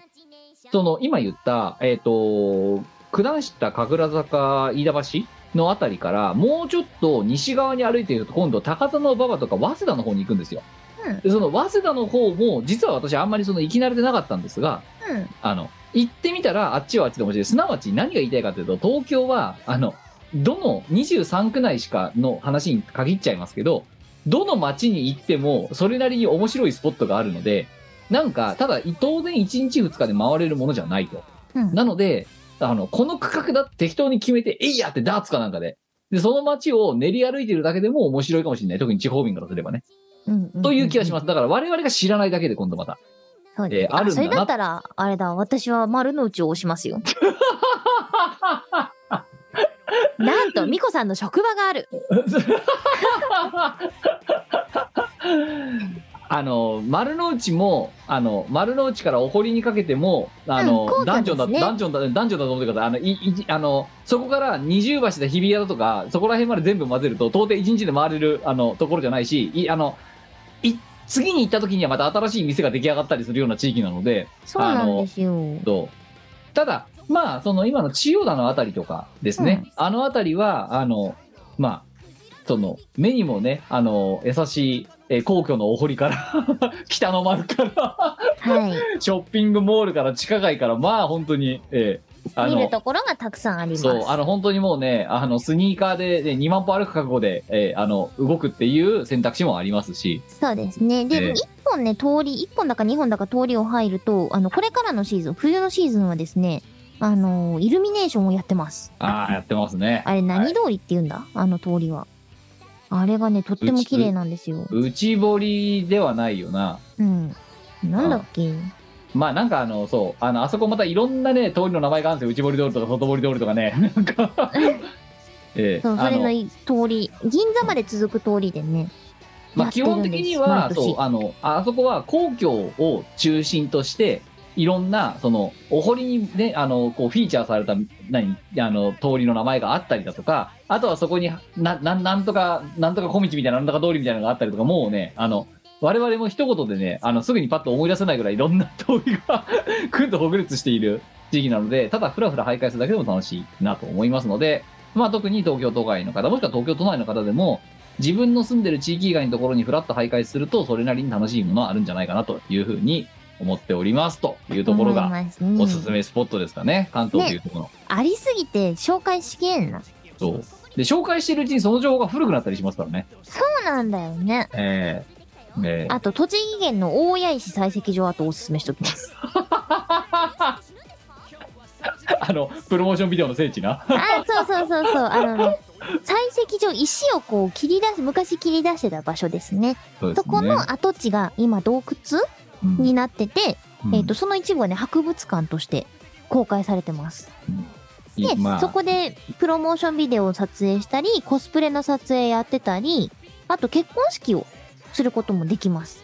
その今言った、えっと九段下神楽坂飯田橋のあたりからもうちょっと西側に歩いていると今度高田馬場とか早稲田の方に行くんですよ。うんでその早稲田の方も実は私あんまりその行き慣れてなかったんですが、うんあの、行ってみたらあっちはあっちで面白い。すなわち何が言いたいかというと、東京は、あの、どの23区内しかの話に限っちゃいますけど、どの町に行ってもそれなりに面白いスポットがあるので、なんか、ただ当然1日2日で回れるものじゃないと。うんなので、あの、この区画だって適当に決めて、えいやってダーツかなんかで。で、その街を練り歩いてるだけでも面白いかもしれない。特に地方民からすればね。うんうんという気がします。だから我々が知らないだけで今度また。そうえーあるんだそなれだったら、あれだ、私は丸の内を押 しますよ。なんと、美子さんの職場がある。あの丸の内もあの丸の内からお堀にかけてもあの、うん皇居ダンジョンだ、ですねダンジョンだダンジョンだと思ってくださいあのいいあのそこから二重橋だ日比谷だとかそこら辺まで全部混ぜると到底一日で回れるあのところじゃないしいあのい次に行った時にはまた新しい店が出来上がったりするような地域なのでそうなんですよ。どうただまあその今の千代田のあたりとかですね、うあのあたりはあのまあその目にもねあの優しいえー皇居のお堀から 北の丸から はい。ショッピングモールから地下街からまあ本当に、えーあ見のるところがたくさんあります。そうあの本当にもうねあのスニーカーで、ね、2万歩歩く覚悟で、えーあの動くっていう選択肢もありますしそうですえね。えで、一本ね、通り、一本だか二本だか通りを入ると、あの、これからのシーズン、冬のシーズンはですね、あの、イルミネーションをやってます。ああやってますねあれ、何通りって言うんだ、あの通りは。あれがね、とっても綺麗なんですよ。内堀ではないよなうん。なんだっけまあなんかあのそうあのあそこまたいろんなね通りの名前があるんですよ内堀通りとか外堀通りとかね なんかええそう、そあれののい通り、銀座まで続く通りでね。まあやって基るん本です的には毎年そうあのあそこは皇居を中心としていろんなそのお堀にねあのこうフィーチャーされた何あの通りの名前があったりだとかあとはそこになななんとかなんとか小道みたいななんとか通りみたいなのがあったりとかもうねあの我々も一言でねあのすぐにパッと思い出せないぐらいいろんな通りが くんとほぐれつしている地域なのでただふらふら徘徊するだけでも楽しいなと思いますので、まあ、特に東京都外の方もしくは東京都内の方でも自分の住んでる地域以外のところにふらっと徘徊するとそれなりに楽しいものはあるんじゃないかなというふうに思っておりますというところ思がいますねおすすめスポットですかね関東というところの。ありすぎて紹介しきれんな。そそうで紹介しているうちにその情報が古くなったりしますからね。うなんだよね。えーえーあと、栃木県の大谷石採石場あとおすすめしときます。 あのプロモーションビデオの聖地な。あ、そうそうそうそう。あのね、採石場、石をこう切り出し、昔切り出してた場所ですね。そうでそすねこの跡地が今洞窟うんになってて、うんえっ、と、その一部はね、博物館として公開されてます。いで、いまあそこでプロモーションビデオを撮影したり、コスプレの撮影やってたり、あと結婚式をすることもできます。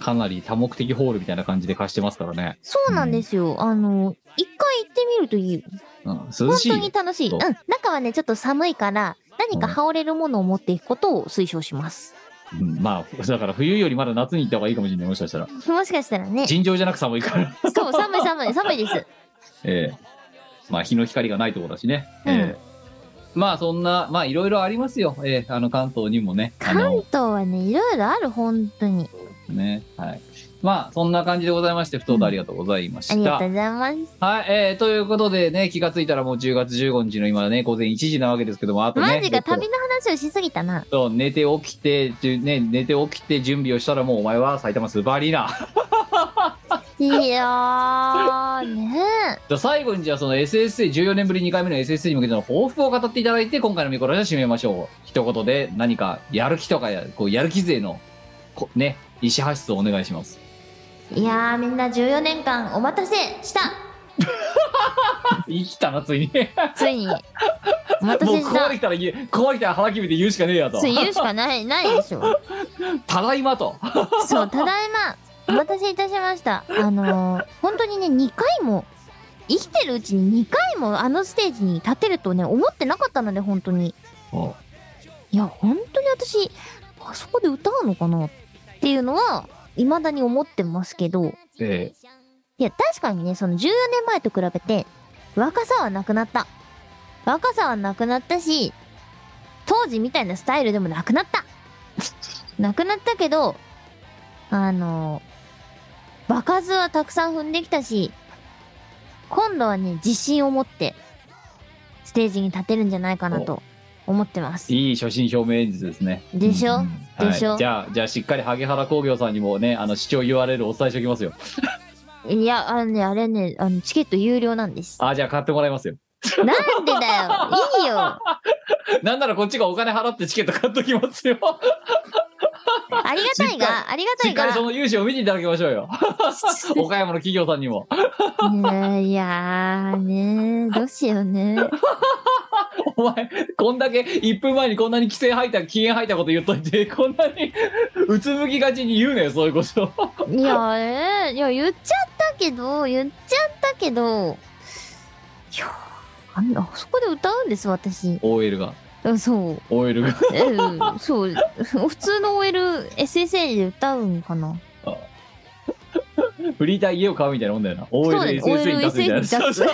かなり多目的ホールみたいな感じで貸してますからね、そうなんですよ。あの、一回行ってみるといいよ。うん、涼本しい当に楽しい。うそんう。中はね、ちょっと寒いから、何か羽織れるものを持っていくことを推奨し ます。うんまあだから冬よりまだ夏に行った方がいいかもしれないもしかしたらもしかしたらね。尋常じゃなく寒いから、そう、寒い寒い、寒いです。 ええまあ日の光がないところだしね、うんええまあそんなまあいろいろありますよ、ええあの関東にもねあ関の東はね、いろいろある、本当に。ねはいまあそんな感じでございましてふとうとありがとうございました、ありがとうございます。はい、えー、ということでね、気がついたらもう10月15日の今ね、午前1時なわけですけども、あとね、マジちょか、っと旅の話をしすぎたな。そう寝て起きて、じゅね、寝て起きて準備をしたらもうお前は埼玉スーパーアリーナ。いやー、ねじゃあ最後にじゃあその SSA14 年ぶり2回目の SSA に向けての抱負を語っていただいて今回のミコラジは締めましょう一言で何かやる気とかやこうやる気勢のこね石橋とお願いしますいやーみんな14年間お待たせした生きたなついについにお待たもうせし壊れたてきたら言う壊れてきたら腹決めて言うしかねえやとつい言うしかないないでしょただいまとそうただいまお待たせいたしましたあのー、本当にね2回も生きてるうちに2回もあのステージに立てるとね思ってなかったので本当においや本当に私あそこで歌うのかなっていうのは未だに思ってますけどえいや、確かにね、その14年前と比べて、若さはなくなった。若さはなくなったし、当時みたいなスタイルでもなくなった。なくなったけど、あの、場数はたくさん踏んできたし、今度はね、自信を持って、ステージに立てるんじゃないかなと思ってます。いい初心表明演説ですねでしょ、うんでしょはい、じゃあじゃあしっかり萩原工業さんにもねあの視聴 URL お伝えしておきますよいや、あのね、あれね、あの、チケット有料なんです。 あじゃあ買ってもらいますよなんでだよいいよなんならこっちがお金払ってチケット買っときますよありがたいが、ありがたしいっかりそが。の融資を見ていただきましょ うよ岡山の企業さんにもねいやーねどうしようね。お前こんだけ1分前にこんなに規制入った禁煙入ったこと言っといてこんなにうつむきがちに言うねそういうこといやー、えーいや、言っちゃったけど、言っちゃったけど、いやーあんな、あそこで歌うんです、私。 OL がうんそう。 OL が えーそう。普通の OL、SSA で歌うんかな。フリーター家を買うみたいなもんだよなそう OL だでよ SSA に出すみたい OL なに出す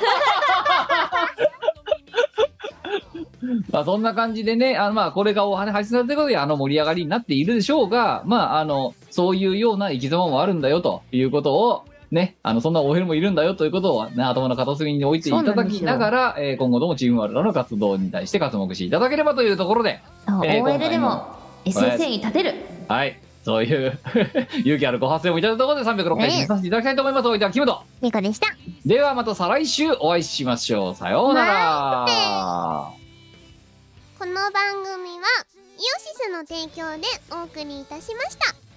まあそんな感じでね、あのまあこれがお話配信されてることであの盛り上がりになっているでしょうが、まああの、そういうような生き様もあるんだよということを、ね、あのそんなおヘルもいるんだよということを、ね、頭の片隅に置いていただきながら、えー今後ともチームワールドの活動に対して活目していただければというところで、そうえー OL で今も SSA に立てる。はい、そういう 勇気あるご発声をいただいたところで306回ね進めさせていただきたいと思います。おいてはキムト。ミコでしたではまた再来週お会いしましょう。さようなら。この番組はイオシスの提供でお送りいたしました